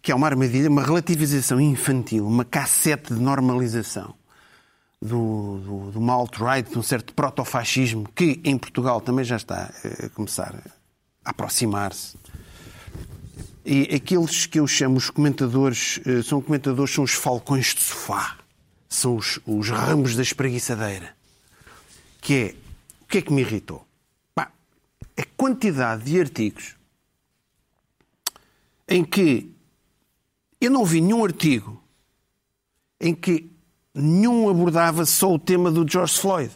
B: Que é uma armadilha, uma relativização infantil, uma cassete de normalização do, do, de uma alt-right, de um certo protofascismo, que em Portugal também já está eh, a começar a aproximar-se. E aqueles que eu chamo os comentadores, eh, são comentadores, são os falcões de sofá, são os, os ramos da espreguiçadeira. Que é, o que é que me irritou? Pá, a quantidade de artigos em que eu não vi nenhum artigo em que nenhum abordava só o tema do George Floyd.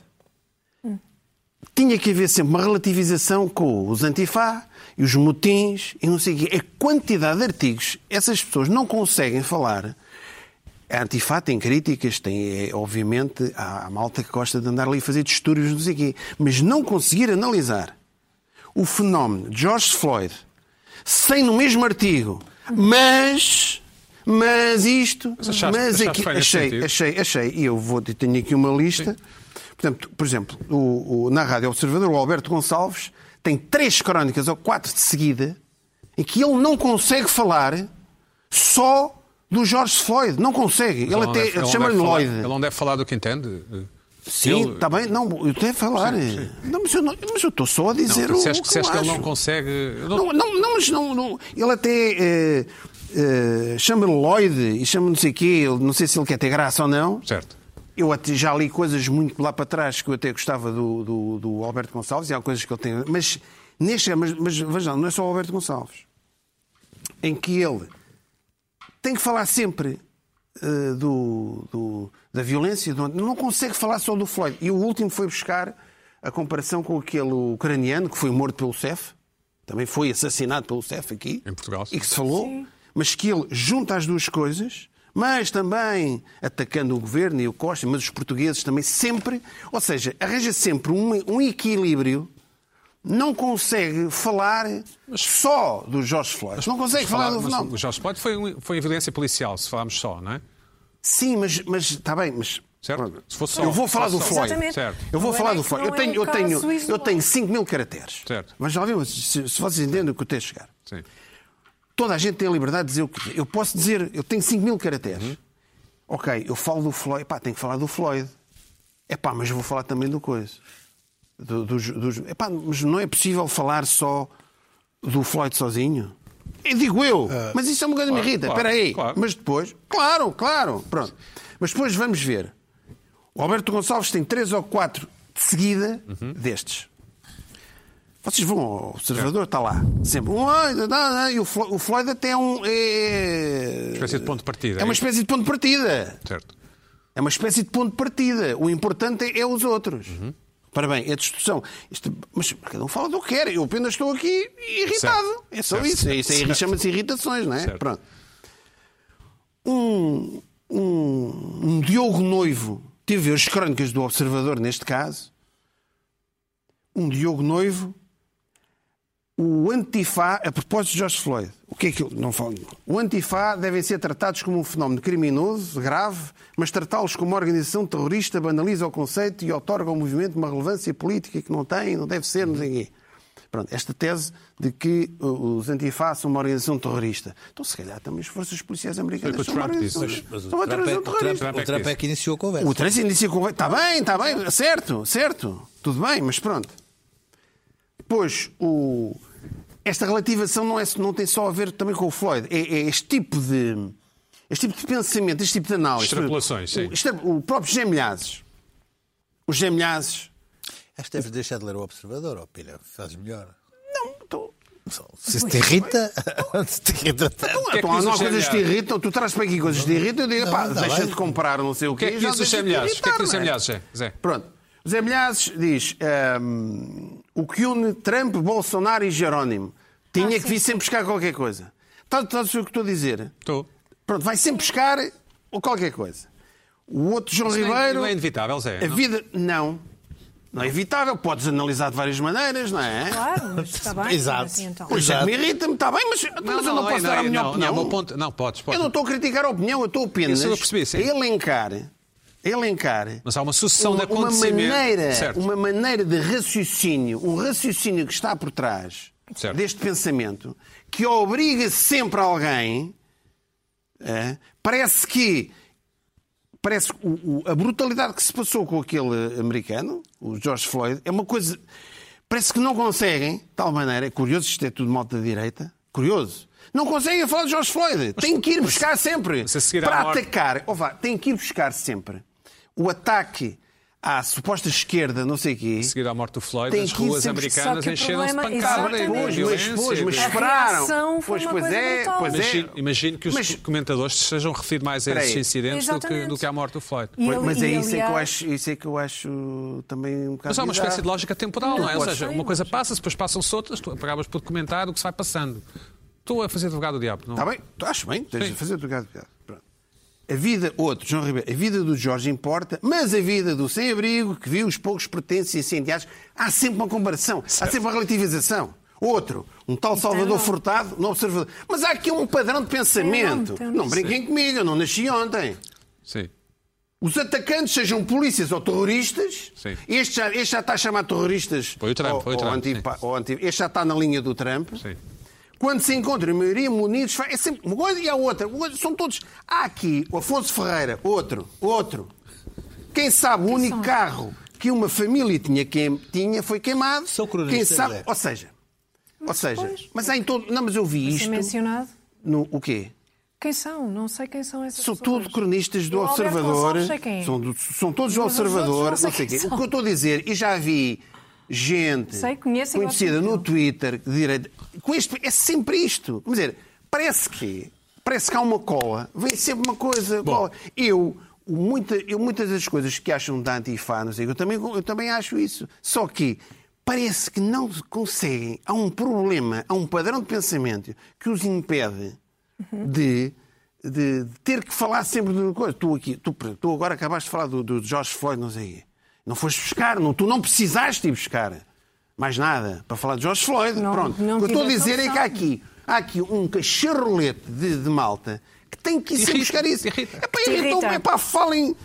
B: Tinha que haver sempre uma relativização com os antifá e os motins e não sei o quê. A quantidade de artigos, essas pessoas não conseguem falar. A antifá É tem críticas, tem, é, obviamente, há a malta que gosta de andar ali a fazer distúrbios, não sei o quê. Mas não conseguir analisar o fenómeno George Floyd sem no mesmo artigo, mas. Mas isto, mas,
A: achaste- achaste
B: aqui-
A: que faz
B: achei,
A: sentido?
B: achei, achei, e eu vou, tenho aqui uma lista. Portanto, por exemplo, o- o- na Rádio Observador, o Alberto Gonçalves tem três crónicas ou quatro de seguida em que ele não consegue falar só do George Floyd. Não consegue. Ele
A: não deve-
B: até
A: não
B: chama-lhe
A: deve falar-
B: Lloyd.
A: Ele não deve falar do que entende.
B: Sim,
A: Ele-
B: está bem. Não, eu tenho a falar. Não, mas eu não- mas eu estou só
A: Não,
B: a dizer
A: tu
B: o,
A: disseste,
B: o que
A: disseste
B: eu
A: que ele
B: acho.
A: não consegue. eu não-
B: Não, não, não, mas não, não- ele até eh, eh, chama-lhe Lloyd e chama-lhe não sei o quê, ele- não sei se ele quer ter graça ou não.
A: Certo.
B: Eu até já li coisas muito lá para trás que eu até gostava do, do, do Alberto Gonçalves e há coisas que ele tem. Mas, neste, mas, mas veja, não é só o Alberto Gonçalves. Em que ele tem que falar sempre eh, do, do- da violência, do- não consegue falar só do Floyd. E o último foi buscar a comparação com aquele ucraniano que foi morto pelo CEF, também foi assassinado pelo CEF aqui,
A: Em Portugal, sim.
B: e que se falou, mas que ele junta as duas coisas, mas também atacando o governo e o Costa, mas os portugueses também sempre, ou seja, arranja sempre um, um equilíbrio. Não consegue falar só do Jorge Floyd. não consegue
A: Mas
B: falar,
A: falar-
B: do
A: mas
B: fenómeno.
A: O Jorge Floyd foi, um- foi evidência policial, se falarmos só, não é?
B: Sim, mas mas está bem, mas
A: Certo? Se fosse só.
B: eu vou falar do
A: Só-
B: Floyd.
C: Exatamente.
A: Certo.
B: Eu vou
C: Não
B: falar
C: é-
B: do Floyd. Eu
C: não é
B: tenho,
C: um
B: eu
C: caso
B: tenho, eu
C: isolado.
B: tenho 5 mil caracteres.
A: Certo.
B: Mas já viu, se, se vocês entendem o que eu tenho a chegar.
A: Sim.
B: Toda a gente tem a liberdade de dizer o que quiser. Eu posso dizer, eu tenho 5 mil caracteres. Ok, eu falo do Floyd, pá, tenho que falar do Floyd. É pá, mas eu vou falar também do coisa. Do, dos, dos, epá, mas não é possível falar só do Floyd sozinho. Eu digo eu, mas isso é uma coisa que me
A: Ah, claro,
B: irrita.
A: claro,
B: Espera aí.
A: claro.
B: Mas depois, claro, claro, pronto. Mas depois vamos ver. O Alberto Gonçalves tem três ou quatro de seguida destes. Vocês vão ao observador, está lá. Sempre. Um, ah, não, não, E o Flo- o Floyd até é um. É...
A: Espécie de ponto de partida.
B: É uma
A: isso?
B: espécie de ponto de partida.
A: Certo.
B: É uma espécie de ponto de partida. O importante é, é os outros. Para bem, é a discussão. Isto- mas cada um fala do que quer. Eu apenas estou aqui irritado.
A: Certo.
B: É só
A: Certo,
B: isso.
A: certo,
B: isso aí
A: certo.
B: chama-se irritações, não é?
A: Certo.
B: Pronto. Um, um- um Diogo Noivo, tive a ver as crónicas do Observador neste caso. Um Diogo Noivo, o Antifá, a propósito de George Floyd, o que é que eu não falo? O Antifá devem ser tratados como um fenómeno criminoso, grave, mas tratá-los como uma organização terrorista banaliza o conceito e otorga ao movimento uma relevância política que não tem, não deve ser, não sei o quê. Pronto, esta tese de que uh, os Antifá são uma organização terrorista. Então, se calhar, também as forças policiais americanas
A: Foi o que
B: são
A: o
B: uma
A: Trump
B: organização,
A: disse.
D: Mas o
B: são uma
D: Trump é-
B: organização
D: o Trump-
B: terrorista.
A: Trump é
D: o Trump é que iniciou a conversa.
B: O trânsito inicia com. Está bem, está bem, certo, certo, tudo bem, mas pronto. Pois, o... esta relativação não, é, não tem só a ver também com o Floyd. É, é este tipo de. Este tipo de pensamento, este tipo de análise.
A: Extrapolações, sim.
B: O, extra- o próprio Gemilhazes. Os Gemilhazes.
D: Acho que deves deixar de ler o Observador, ó Pina, faz melhor.
B: Não, estou.
D: Se te irrita, se te irrita tanto.
A: que é que
B: não,
A: diz o
B: há coisas que te
A: Gemilhazes?
B: irritam, tu traz para aqui coisas que te irritam, eu digo,
D: Não,
B: pá,
D: não dá
B: deixa
D: bem.
B: de comprar não sei o
A: O que
B: quê.
A: é que
B: já
A: disse o
B: deixa
A: Zé
B: de
A: Milhazes? O que é que
B: irritar,
A: disse o Zé
B: não
A: Milhazes, Zé? Zé?
B: Pronto. O Zé Milhazes diz ehm, o que une Trump, Bolsonaro e Jerónimo. Tinha
A: Ah,
B: que vir sempre buscar qualquer coisa. Está está a ver o que estou a dizer?
A: Estou.
B: Pronto, vai sempre buscar ou qualquer coisa. O outro João
A: Isso não é-
B: Ribeiro.
A: Não é inevitável, Zé.
B: a
A: não?
B: vida. Não. Não é evitável. Podes analisar de várias maneiras, não é?
C: Claro, mas está bem.
D: Exato.
C: Assim, então.
B: Pois é,
D: Exato.
B: me irrita-me, está bem, mas, então, mas eu não,
A: é,
B: posso dar a
A: é,
B: minha
A: não,
B: opinião.
A: Não, o meu ponto- não, podes,
B: Eu
A: podes.
B: não estou a criticar a opinião, eu estou apenas
A: Isso eu percebi, sim.
B: a elencar elencar
A: Mas há uma sucessão
B: uma,
A: de acontecimentos.
B: Uma maneira,
A: Certo.
B: uma maneira de raciocínio, um raciocínio que está por trás
A: Certo.
B: deste pensamento, que obriga sempre alguém, eh, parece que parece que o- o- a brutalidade que se passou com aquele americano, o George Floyd, é uma coisa. Parece que não conseguem, de tal maneira, é curioso, isto é tudo malta da direita, curioso. Não conseguem falar de George Floyd. Tem que ir buscar sempre.
A: mas a seguir à
B: para
A: morte-
B: atacar, ou vá, tem que ir buscar sempre o ataque à suposta esquerda, não sei o quê.
A: seguir à morte do Floyd,
B: Tem
A: as
B: que ir
A: ruas
B: sempre-
A: americanas
C: só que o
A: encheram-se de
C: problema- é
A: pancadas. de
C: Exatamente.
B: Pois, Ah, mas,
A: violência,
B: pois, mas
A: de-
C: A
B: esperaram.
C: reação foi
B: Pois,
C: uma
B: pois
C: coisa
B: é,
C: brutal.
B: pois é.
A: Imagino, imagino que os
B: Mas-
A: comentadores sejam referir mais a
B: Espera aí.
A: esses incidentes do que,
C: Exatamente.
A: do que à morte do Floyd.
C: E
B: Pois,
C: ele-
B: mas é
C: e,
B: isso é que eu
C: aliás,
B: acho, isso é que eu acho também um bocado.
A: Mas há uma
B: bizarro.
A: espécie de lógica temporal, não, é? Ou
B: pode
A: seja,
C: ser,
A: uma
C: mas-
A: coisa passa-se, depois passam-se outras, tu acabas por comentar o que se vai passando. Estou a fazer advogado do diabo, não? é?
B: Está Tá bem, tu- acho bem, tens
A: Sim.
B: de fazer o teu caso. Pronto. A vida, outro, João Ribeiro, a vida do Jorge importa, mas a vida do sem-abrigo, que viu os poucos pertences incendiados, há sempre uma comparação, há sempre uma relativização. Outro, um tal Salvador
C: Então não.
B: Furtado, não observador. Mas há aqui um padrão de pensamento.
C: Então não.
B: não brinquem comigo, eu não nasci ontem.
A: Sim.
B: Os atacantes sejam polícias ou terroristas.
A: Sim.
B: Este já, este já está a chamar terroristas.
A: Foi o Trump,
B: ou-
A: foi o
B: ou
A: Trump,
B: antipa-
A: sim.
B: ou anti- este já está na linha do Trump.
A: Sim.
B: Quando se encontram a maioria munidos, faz- é sempre uma coisa e a outra. Uma coisa- São todos. Há aqui o Afonso Ferreira, outro, outro. Quem sabe o único carro que uma família tinha, queim- tinha foi queimado.
D: Sou cronista,
B: Quem sabe,
D: André.
B: ou seja, ou seja,
C: pois.
B: mas há em todo. Não, mas eu vi
C: é
B: isto.
C: mencionado.
B: No, o quê?
C: Quem são? Não sei quem são essas
B: São
C: pessoas.
B: tudo cronistas do
C: O Alberto
B: Observador.
C: Gonçalves, sei quem é.
B: São, do- são todos do
C: Mas os outros
B: Observador.
C: não
B: Não sei
C: sei
B: o quê.
C: quem são.
B: O que eu estou a dizer, e já vi gente
C: Sei, conheço e gosto
B: conhecida
C: muito
B: no
C: dele.
B: Twitter de direita. Com este, é sempre isto. Quer dizer, parece que, parece que há uma cola. Vem sempre uma coisa. cola. Eu. o Muita, eu muitas das coisas que acham da Antifa, não sei, eu, também, eu também acho isso. Só que parece que não conseguem. Há um problema, há um padrão de pensamento que os impede de, de- de ter que falar sempre de uma coisa. Tu, aqui, tu, por exemplo, tu agora acabaste de falar do, do Jorge Floyd, não sei o quê. Não foste buscar, não, tu não precisaste ir buscar mais nada para falar de Jorge Floyd.
C: Não,
B: Pronto. o
C: não
B: que eu estou a
C: tive
B: dizer é
C: atenção.
B: que há aqui, há aqui um cacharrolete de, de malta que tem que ir sempre
A: Irrita,
B: buscar isso.
A: irrita.
B: É para irritar,
C: Irrita.
B: é para falem.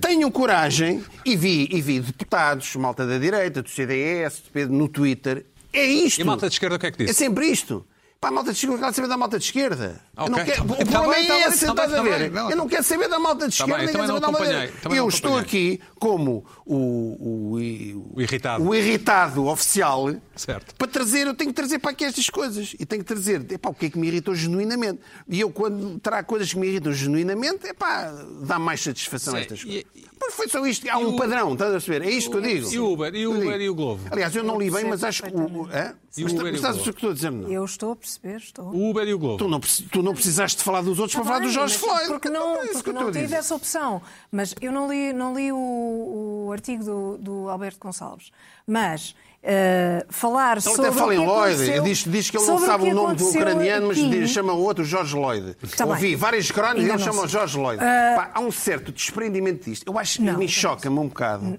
B: Tenham coragem e vi, e vi deputados, malta da direita, do CDS, do Pedro, no Twitter. É isto.
A: E a malta de esquerda o que é que
B: É
A: disse?
B: sempre isto. Pá, a malta de esquerda, eu quero saber da malta de esquerda.
A: Ah,
B: Eu não
A: ok,
B: quero-
A: tá bem.
B: O
A: Tá
B: problema
A: bem, tá
B: é
A: bem,
B: esse,
A: tá bem,
B: estás a
A: tá
B: ver?
A: bem, não.
B: Eu não quero saber da malta de
A: Tá
B: esquerda,
A: bem,
B: nem
A: também
B: quero saber
A: não
B: da malta
A: acompanhei,
B: de
A: também
B: Eu
A: não
B: estou
A: acompanhei.
B: aqui como o, o,
A: O irritado.
B: o irritado oficial
A: Certo.
B: para trazer, eu tenho que trazer para aqui estas coisas. E tenho que trazer, epá, o que é que me irritou genuinamente. E eu, quando trago coisas que me irritam genuinamente, epá, dá mais satisfação a
A: Sim,
B: estas coisas.
A: e-
B: Pois foi só isto, há
A: e
B: um
A: o-
B: padrão, estás a perceber? É isto que eu digo.
A: e o Uber, e o
B: Eu digo.
A: Uber e o Glovo?
B: Aliás, eu não li bem, mas acho que. o- o- hã?
A: E o
B: Mas
A: Uber e o
B: mas estás a
A: Glovo?
B: perceber o que estou a dizer? Não.
C: Eu estou a perceber, estou.
A: O Uber e o Globo.
B: Tu não, preci- tu não precisaste de falar dos outros para
C: Tá
B: falar Um do
C: bem,
B: Jorge
C: mas
B: Floyd.
C: Porque
B: É
C: não,
B: isso que
C: porque
B: eu estou
C: não
B: a
C: tive
B: dizer.
C: essa opção. Mas eu não li, não li o, o artigo do, do Alberto Gonçalves. Mas eh, falar
B: Ele
C: sobre.
B: até fala
C: o
B: em
C: que
B: Lloyd,
C: aconteceu-
B: diz, diz que ele não
C: sobre
B: sabe
C: que
B: o nome do
C: aconteceu
B: ucraniano, mas
C: aqui.
B: diz- chama o outro Jorge Lloyd.
C: Tá bem.
B: Ouvi várias crónicas e
C: Ainda
B: ele
C: não
B: chama o
C: sei. Ah,
B: Jorge Lloyd. Pá, há um certo desprendimento disto. Eu acho que
C: Não,
B: me
C: não
B: choca-me um bocado.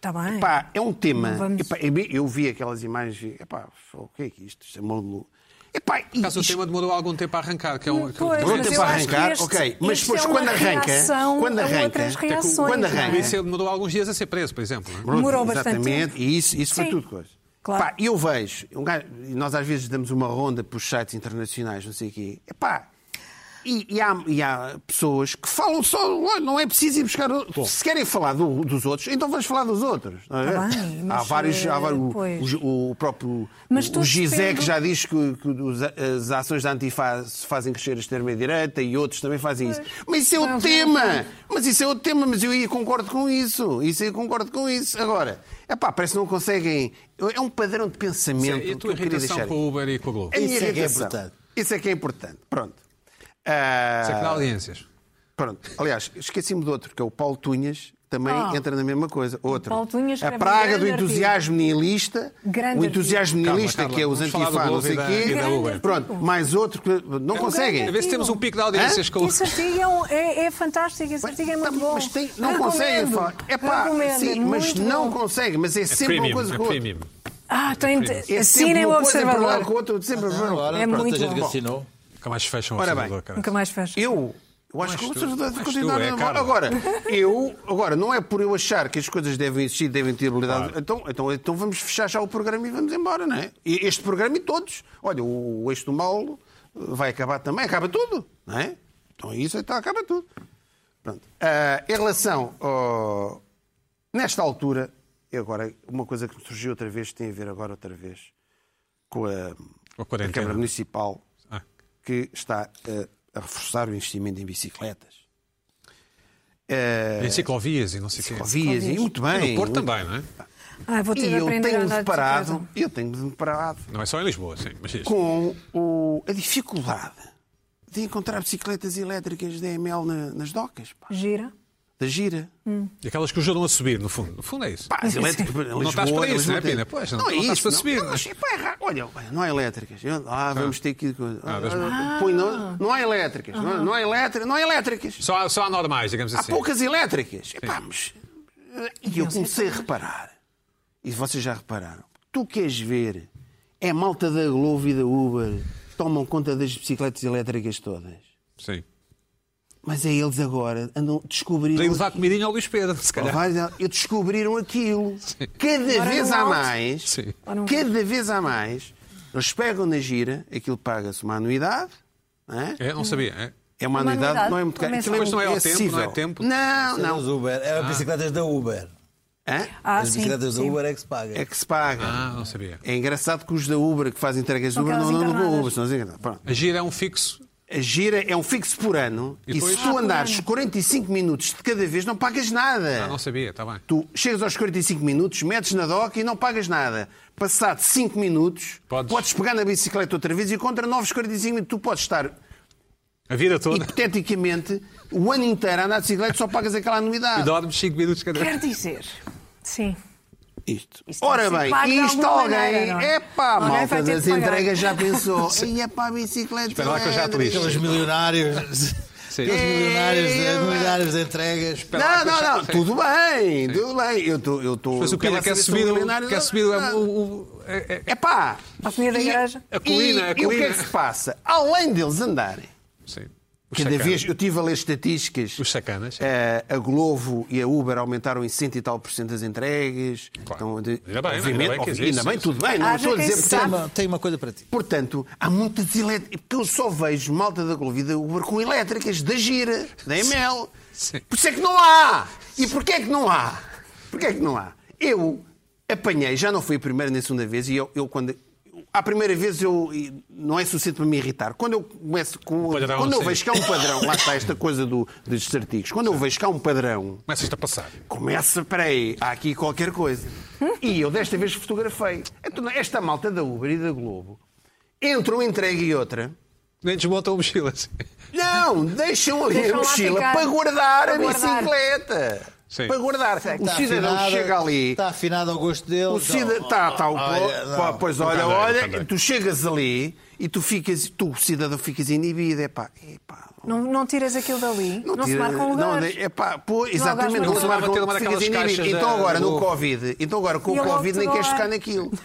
C: Tá bem.
B: Pá, é um tema.
C: Não vamos-
B: Epá, eu vi- eu vi aquelas imagens. Epá, o que é que isto? Isto é maluco. Epá, e
A: Caso o
B: isto-
A: tema demorou algum tempo a arrancar, que é um. que é um-
C: Pois,
B: Demorou
C: mas
B: tempo
C: eu
B: a
C: acho que
B: arrancar,
C: este-
B: ok. Mas
C: este
B: depois
C: é uma
B: quando arranca,
C: reação
B: quando
C: a
B: arranca,
C: outras
B: até que
A: o-
C: reações,
B: quando
C: não é?
A: O
B: arranca,
A: Liceu demorou alguns dias a ser preso, por exemplo. não é?
C: Demorou bastante
B: Exatamente,
C: tempo.
B: e isso, isso foi
C: Sim,
B: tudo coisa.
C: claro.
B: Pá, eu vejo, um gajo- e nós às vezes damos uma ronda para os sites internacionais, não sei o quê, Epá, e, e há, e há pessoas que falam só, olha, não é preciso ir buscar. o- Se querem falar do- dos outros, então vamos falar dos outros. não é?
C: Tá bem,
B: há
C: mas,
B: vários. Há
C: eh,
B: vários o-
C: pois.
B: o, o próprio
C: Mas
B: o
C: tudo
B: Gizé
C: depende-
B: que já diz que, que os- as ações da Antifa se fazem crescer a extrema-direita e outros também fazem isso. Mas isso é
C: Não,
B: o
C: não,
B: tema!
C: não.
B: Mas isso é outro tema, mas eu aí concordo com isso. Isso aí concordo com isso. Agora, epá, parece que não conseguem. É um padrão de pensamento
A: é? E a
B: que
A: tua
B: eu queria
A: irritação
B: deixar.
A: com o Uber e com o Globo?
B: A minha
D: Isso é que é
B: irritação.
D: importante.
B: Isso é que é importante. Pronto. Ah,
A: Isso é que dá audiências.
B: pronto. Aliás, esqueci-me de outro, que é o Paulo Tunhas, que também
C: Ah.
B: entra na mesma coisa. Outro.
C: Paulo Tunhas
B: a
C: escreve um
B: praga do
C: grande
B: entusiasmo nihilista.
C: Grande
B: o entusiasmo
A: artigo.
B: nihilista,
A: Calma,
B: que é
A: calma,
B: os
A: vamos falar do
B: antifá, não
A: Globo e
B: sei o
A: da-
B: quê.
A: e da Uber.
B: Pronto, mais outro
C: É
B: que
C: um
B: não
A: A
B: conseguem.
A: ver se temos um pico de audiências com o.
C: Esse artigo é, um- é- é fantástico, esse artigo é
B: Tá,
C: muito bom.
B: Mas tem- não
C: Recomendo,
B: conseguem falar. É pá,
C: recomendo,
B: sim,
C: é
B: mas
C: muito
B: não
C: bom.
B: conseguem. Mas é sempre uma coisa
A: é
B: que o outro.
A: premium.
C: Ah, tem de-
B: É sempre
C: assinem o
B: uma coisa em paralelo
C: observador.
B: com o outro, sempre. um
D: Agora,
C: É
D: pronto,
C: muito
D: a gente
C: bom.
D: assinou.
A: Nunca mais fecham o
B: Ora bem.
A: observador, cara.
C: Nunca mais fecha.
B: Eu Eu acho
A: és
B: que as
A: tu,
B: pessoas
A: não és tu,
B: continuaram
A: é
B: a-
A: Carla.
B: Agora, eu, agora, não é por eu achar que as coisas devem existir, devem ter habilidade.
A: Claro.
B: Então, então, então vamos fechar já o programa e vamos embora, não é? E Este programa e todos. Olha, o, o eixo do mal eh, vai acabar também, acaba tudo, não é? Então isso, então acaba tudo. Pronto. Ah, em relação ao, Nesta altura, e agora uma coisa que me surgiu outra vez, que tem a ver agora outra vez com a,
A: Com a quarentena.
B: a Câmara Municipal,
A: Ah.
B: que está eh, a, reforçar o investimento em bicicletas.
A: Em ciclovias e não sei o quê.
B: Ciclovias, e muito bem.
A: No Porto
B: muito-
A: também, não é?
C: Ah, vou ter
B: E
C: de
B: eu
C: aprender a
B: tenho
C: andar de
B: deparado,
C: bicicleta.
B: eu tenho deparado
A: Não é só em Lisboa, sim. Mas isto.
B: com o- a dificuldade de encontrar bicicletas elétricas DML na- nas docas, pá,
C: Gira.
B: da gira.
A: E aquelas que ajudam a subir, no fundo. No fundo é isso.
B: Pá, as elétricas. Lisboa,
A: estás para isso,
B: Lisboa
A: não é,
B: tem-
A: Pina? Pois, não-
B: é
A: não estás
B: isso.
A: para subir,
B: Não,
A: não é?
B: Mas, pá, é ra- olha, olha, não há elétricas. Eu- Ah, vamos ter que. Ah,
A: das-
B: ah, põe não, não há elétricas. Não, não há elétricas. Não há elétricas.
A: Só, há- só há normais, digamos
B: Há
A: assim.
B: poucas elétricas. Epá, mas- eh, E eu comecei a reparar. E vocês já repararam. Tu queres ver? É a malta da Glovo e da Uber que tomam conta das bicicletas elétricas todas.
A: Sim.
B: Mas é eles agora andam descobriram.
A: Podem levar comidinha ao Luís Pedro, se
B: Ou
A: calhar.
B: vai dar- Eu descobriram aquilo. Cada
C: Ora,
B: vez
C: não
B: há
C: há-
B: mais.
A: Sim.
C: Ora, não-
B: Cada vez há mais. Eles pegam na gira, aquilo paga-se uma anuidade. Não é?
A: É, não sabia. É.
B: É uma
C: Uma
B: anuidade,
C: anuidade,
B: não é muito caro.
C: uma
B: Aquilo
A: Mas não é ao tempo,
B: acessível.
A: não é tempo.
B: Não,
D: Não.
B: não.
D: As Uber, é as bicicletas da Uber.
B: Hã?
C: Ah,
D: as
C: sim.
D: bicicletas da
C: sim.
D: Uber é que se paga.
B: É que se paga.
A: Ah, não sabia.
B: É engraçado que os da Uber que fazem entregas do
C: São
B: Uber não
C: aquelas
B: andam com
C: encarnadas.
B: Uber, são as encarnadas. Pronto.
A: A gira é um fixo.
B: A gira é um fixo por ano e,
A: depois-
B: se tu
A: Ah, por
B: andares
C: ano.
B: 45 minutos de cada vez não pagas nada.
A: Ah, não sabia, está bem.
B: Tu chegas aos 45 minutos, metes na doca e não pagas nada. Passado 5 minutos,
A: Podes.
B: podes. pegar na bicicleta outra vez e contra novos 45 minutos. Tu podes estar,
A: A vida toda.
B: hipoteticamente, o ano inteiro a andar de bicicleta só pagas aquela
A: E
B: anuidade.
A: dormes 5 minutos cada vez.
C: Quer dizer. Sim.
B: Isto.
C: Isto
B: Ora
C: tem que ser
B: bem,
C: pago de
B: isto
C: alguma
B: alguém.
C: maneira, não é?
B: É pá,
C: Alguém
B: malta
C: vai ter
B: das
C: de pagar.
B: entregas já pensou. E é pá, a bicicleta. é
A: Espera lá que eu já te ligo.
B: elétrica."
D: Aqueles milionários. Aqueles milionários, de, milionários de entregas.
B: Não, não, não, tudo bem, tudo bem. Eu estou. Eu tô,
A: Mas o é
B: eu
A: Pedro
B: quero
A: quer
B: saber se
A: subir,
B: sou
A: o-
B: milionário.
A: quer subir o- o- o- é- é-
B: É pá!
C: A comida da igreja.
A: A colina, a
B: E o que
A: colina.
B: é que se passa? Além deles andarem,
A: Sim. Os
B: cada
A: sacanas.
B: vez eu tive a ler estatísticas.
A: Os sacanas.
B: eh, a Glovo e a Uber aumentaram em cento e tal por cento as entregas. Então,
A: Claro.
B: de-
A: Ainda bem,
B: obviamente,
A: ainda bem que
B: obvi-
A: existe.
B: ainda bem, tudo bem, não
C: Haja
B: estou a
C: quem
B: dizer.
C: se
D: Tem
B: Portanto,
D: uma, tem uma coisa para ti.
B: portanto, há muitas elétricas. Porque eu só vejo malta da Glovo e da Uber com elétricas, da Gira, da ML.
A: Sim.
B: Por isso é que não há! E porquê é que não há? Porquê é que não há? Eu apanhei, já não fui a primeira nem a segunda vez, e eu, eu quando. À primeira vez eu e não é suficiente para me irritar. Quando eu começo com.
A: padrão,
B: quando eu
A: sim.
B: vejo que há um padrão, lá está esta coisa do, dos artigos, quando eu vejo que há um padrão,
A: Começas-te a passar.
B: começa, peraí, há aqui qualquer coisa. E eu desta vez fotografei. Então, Esta malta da Uber e da Globo entre uma entrega e outra.
A: Nem desmontam a mochila. Sim.
B: Não, deixam ali
C: Deixam
B: a
C: lá
B: mochila
C: ficar.
B: para guardar
C: Para
B: a
C: guardar. Tá.
B: bicicleta.
A: Sim.
B: Para guardar. O
D: Está
B: cidadão
D: afinada-
B: chega ali.
D: Está afinado ao gosto dele.
B: O cidadão. Tá, tá, o
D: tá Olha, não.
B: pó- Pois olha,
A: Não dá,
B: olha,
A: não dá.
B: tu chegas ali e tu ficas, tu, o cidadão, ficas inibido. É pá, é pá.
C: Não, não tiras aquilo dali. Não, se um marcam
B: não,
C: lugares.
B: é pá, pô,
C: lugares
B: exatamente, não,
C: para
B: se
C: guardar.
B: marcam
A: Tem uma daquelas
B: ficas inibido.
A: caixas
B: Então
A: da-
B: agora,
A: da
B: no
A: Globo.
B: Covid, então agora com
C: E
B: o
C: a Globo
B: Covid nem
C: toda
B: queres
C: lá.
B: tocar naquilo.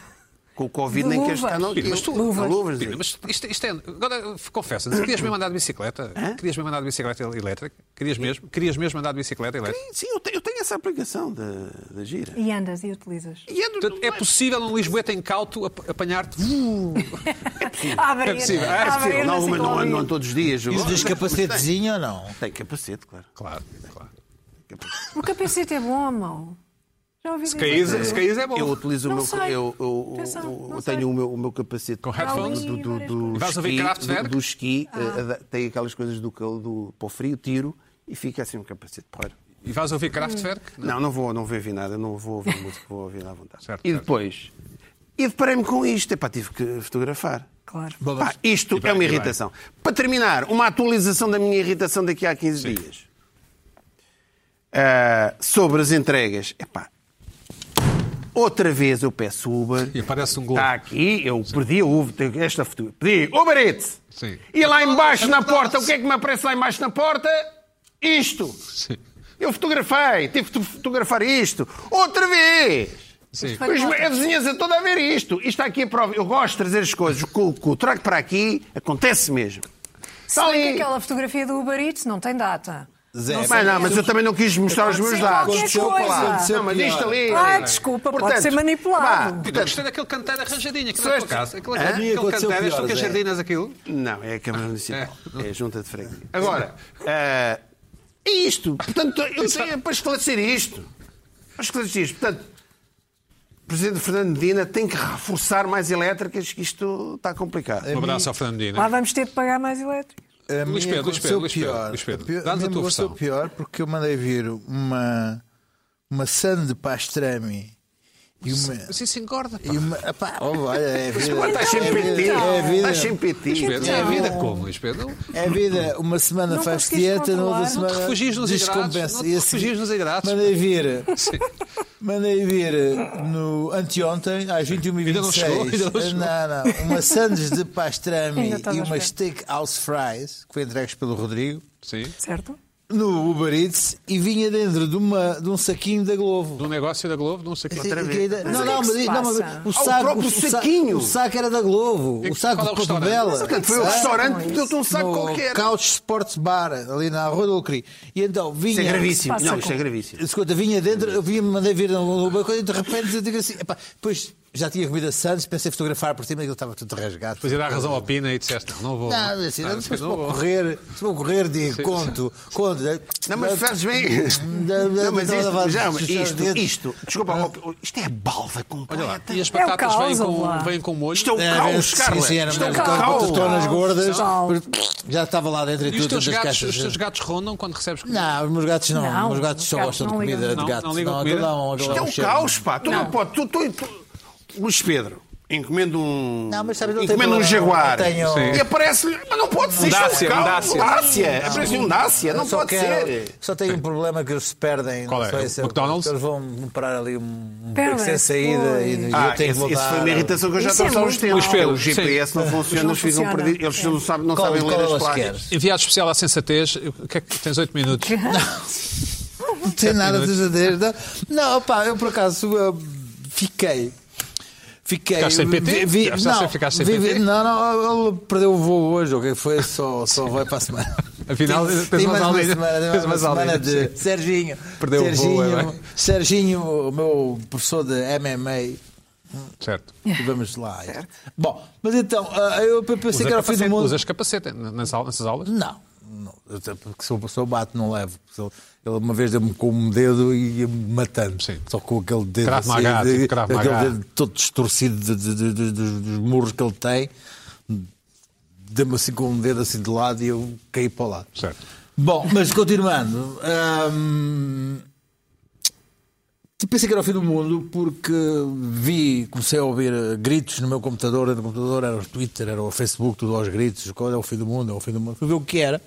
B: Com o Covid
C: De
B: nem queres
C: luvas.
B: tocar naquilo.
A: Mas tu,
C: Luvas.
B: Luvas,
A: Pina, mas isto, isto é. Agora confessa, querias mesmo andar de bicicleta? Querias mesmo andar de bicicleta elétrica? Querias mesmo? Querias mesmo andar de bicicleta elétrica?
B: Sim, eu tenho, eu tenho essa aplicação da, da gira.
C: E andas e utilizas.
B: E ando-
A: Portanto, é possível um Lisboeta incauto ap- apanhar-te?
C: A abrir.
A: É possível, é
C: a abrir
B: possível.
C: na
B: Não, mas não
C: ciclovia.
B: andam todos os dias.
D: Isso diz capacetezinho ou não?
B: Tem capacete, claro.
A: Claro, claro.
B: Capacete.
C: Porque a PCT é bom, mão. Já ouvi
A: Se
C: dizer.
A: caís, se caís é bom.
B: Eu utilizo
C: Não
B: o meu.
C: sei.
B: Eu, eu-
C: Atenção,
B: eu-
C: não
B: eu
C: sei.
B: tenho o meu, o meu capacete.
A: Com headphones?
B: Do, do,
C: Várias
B: do,
C: coisas. Ah.
A: Vais ouvir
B: ski,
A: Kraftwerk?
B: do, do ski eh, a da- tem aquelas coisas do, cal- do, para o frio, tiro e fica assim um capacete. Porra.
A: E vais ouvir Kraftwerk?
D: Hum.
B: Não, não vou, não vou ouvir nada, não vou ouvir música, vou ouvir à vontade.
A: Certo,
B: e
A: certo.
B: depois. E deparei-me com isto. Epá, tive que fotografar.
C: Claro.
D: Bom,
B: Pá,
D: mas-
B: isto
A: E bem,
B: é uma
A: e bem.
B: irritação. Para terminar, uma atualização da minha irritação daqui a 15 dias. Ah, sobre as entregas. Epá. Outra vez eu peço Uber.
A: E aparece um globo.
D: Tá.
B: Está aqui, eu perdi a Uber, tenho esta foto. Pedi Uber Eats.
A: Sim.
B: E lá embaixo na porta, o que é que me aparece lá embaixo na porta? Isto.
A: Sim.
B: Eu fotografei, tive de fotografar isto. Outra vez.
A: Sim.
C: Foi
B: Pois,
C: claro.
B: a vizinhança toda a ver é isto. Isto está aqui a prova. Eu gosto de trazer as coisas. O que o que eu trago para aqui acontece mesmo.
C: Se bem que aquela fotografia do Uber Eats não tem data.
D: Zé,
C: Não sei.
B: Mas não, mas eu também não quis mostrar os meus
C: Sim,
B: dados.
C: qualquer coisa.
D: É, Aconteceu
B: Não, mas isto ali.
C: Ah, desculpa, pode ser manipulado.
A: Pita, gostei é daquele canteiro arranjadinho, aquilo é tua casa. Aquele,
D: A mim
A: aquele
D: aconteceu
A: canteiro, és tu
D: pior,
A: que
D: Zé.
A: jardinas aquilo?
B: Não, é a Câmara Municipal. É a Junta de Freguesia. Agora, eh, é isto. Portanto, eu tenho para esclarecer isto. Para esclarecer isto. Portanto, o Presidente Fernando Medina tem que reforçar mais elétricas, que isto está complicado.
D: É
A: Um abraço ao Fernando
C: Lá
A: Medina.
C: vamos ter de pagar mais elétrico.
D: A
A: Luís
D: minha
A: Pedro, Luís Pedro,
D: aconteceu
A: Luís Pedro,
D: pior.
A: Luís Pedro.
D: A pior-
A: Dá-nos a
D: minha
A: tua
D: aconteceu
A: versão.
D: pior porque eu mandei vir uma, uma sande pastrami e uma...
A: Mas isso engorda, pá.
D: E uma epá, oh, olha, é a vida.
A: tá
C: Mas
B: Estás
C: Então,
B: sempre
C: é
B: PT.
C: vida, é vida.
B: Estás Tá sempre PT.
A: Luís Pedro, é a
C: Então-
A: vida como, Luís Pedro?
D: É vida, uma semana
C: Não
D: faz
C: conseguiste
D: dieta, na
C: controlar.
D: outra
C: Não
D: semana.
A: te refugies nos hidratos,
D: descompensa.
A: não te
D: E a seguir-
A: refugies nos hidratos.
D: Mandei vir.
A: Sim.
D: Mandei vir eh, no anteontem, às 21h26.
A: Ainda não chegou, ainda não chegou.
D: Eh, não, não. Uma sandes de pastrami
C: Ainda estava
D: e
C: à
D: umas
C: espera.
D: steakhouse fries, que foi entregues pelo Rodrigo,
A: Sim.
C: Certo?
D: no Uber Eats, e vinha dentro de, uma, de um saquinho da Glovo.
A: Do um negócio da Globo, não sei o quê.
B: Outra
D: E-
B: vez.
D: e ainda-
C: Mas o
D: Não,
C: que é
D: não,
C: que
D: mas
C: se
D: não, mas
A: Ah,
C: passa?
D: o
B: Ao
D: saco,
B: próprio
D: o sa-
B: saquinho.
D: O saco era da Glovo.
A: E
D: O saco
A: qual é o
D: de
A: restaurante? Mas
D: Portobela.
A: o que é
B: Portanto, foi um
D: Ah,
B: restaurante, deu-te um saco
D: no
B: qualquer.
D: Couch Sports Bar, ali na Rua do Lucri. E então vinha.
B: Isto é gravíssimo.
C: Passa
B: Não, isto
C: com-
B: é gravíssimo.
D: Escuta, vinha dentro, eu vinha, mandei vir um, no Uber, e de repente eu digo assim, epá, depois já tinha comida Santos, pensei em fotografar por cima, aquilo estava tudo rasgado.
B: é,
A: Depois ia dar é, razão ao Pina e disseste, não, não vou.
D: Não, assim,
A: Ah,
D: não, depois
A: não
D: vou
A: vou.
D: correr, se vou correr, digo, conto, conto. eh,
B: Não, mas fazes bem. Não, mas isto, já, mas isto, isto, desculpa, isto é balda
A: Olha lá,
B: completa.
A: e as batatas vêm
C: é caos,
A: com,
C: lá.
A: vêm com molho.
B: Isto é o
D: É,
B: caos,
D: sim,
B: Carla.
D: sim, era
C: Então
B: Isto é o
D: mesmo, com
B: caos.
D: batatonas gordas,
C: Sal.
D: já estava lá dentro e
A: E os
D: tudo,
A: teus,
D: das
A: gatos,
D: caixas.
A: os
C: é.
A: teus gatos rondam quando recebes comida?
D: Não, os meus gatos não,
C: Não,
D: os meus gatos
C: os
D: só
C: gatos
D: gostam de
C: não ligam.
D: comida de
A: Não,
D: gato.
A: não ligam
D: aquilo
A: comida?
D: dá um- aquilo
B: Isto
D: dá
B: é
D: um
B: um
D: cheiro.
B: caos, pá. Tu não podes. Tu, tu, tu- Luís Pedro, encomendo um.
D: Não, mas sabe, não tem
B: encomendo um
D: problema,
B: jaguar.
D: não tenho- Sim.
B: E aparece-lhe. Mas não pode ser.
A: Dácia, um
B: isto é um caos.
A: Dácia.
B: Dácia. Aparece-lhe um Dácia. Não
D: só
B: pode
D: quero-
B: ser.
D: Só tenho um problema que eles se perdem.
A: Qual
D: não
A: é?
D: sei
A: O
D: se-
A: McDonald's?
D: Eles vão comprar ali um beco
C: Perdem-se,
D: sem saída e
C: pois.
D: e eu
B: Ah,
D: tenho
B: esse-
D: que
B: esse
D: voltar.
B: foi a minha irritação que eu já
C: Isso é
B: trouxe há uns
C: muito
B: tempos.
A: mal. Luís Pedro,
B: o GPS não funciona,
C: Não
B: eles ficam
C: funciona.
B: perdidos, eles
D: É.
B: não sabem, não
D: Qual-
B: sabem
D: qual
B: ler as
D: elas
B: placas.
D: queres?
A: Enviado especial à sensatez, o que é que tens 8 minutos?
D: Não tem nada de verdadeiro. Não, não pá, eu por acaso eu fiquei. Fiquei.
A: Ficaste sem PT? Ficaste sem-
D: não,
A: ficaste sem
D: vi-
A: PT?
D: não, não, ele perdeu o voo hoje, ok? Foi só, só vai para a semana.
A: Afinal,
D: Tem-
A: tens
D: tem
A: umas
D: mais uma
A: aulinhas.
D: semana,
A: Tens
D: tem mais uma
A: umas
D: semana
A: aulinhas,
D: de Serginho.
A: Perdeu o voo,
D: Serginho,
A: é bem.
D: Serginho, o meu professor de MMA,
A: Certo.
D: E vamos lá. Bom, mas então, ah, eu pensei
A: Usa
D: que era o fim do
A: capacete,
D: mundo.
A: Usas capacete nessas aulas? nessas aulas?
D: Não, não. Até porque se eu, se eu bato, não levo. Se Ele ele uma vez deu-me com um dedo e ia-me matando.
A: Sim.
D: Só com aquele dedo. assim,
A: Krav Maga,
D: de-
A: tipo Krav
D: aquele
A: Maga.
D: dedo todo distorcido de- de- de- de- dos, dos murros que ele tem. Deu-me assim com um dedo assim de lado e eu caí para o lado.
A: Certo.
D: Bom, mas continuando. hum, pensei que era o fim do mundo porque vi, comecei a ouvir eh, gritos no meu computador, era no computador, era o Twitter, era o Facebook, tudo aos gritos, qual é o fim do mundo, é o fim do mundo. Fui ver o que era.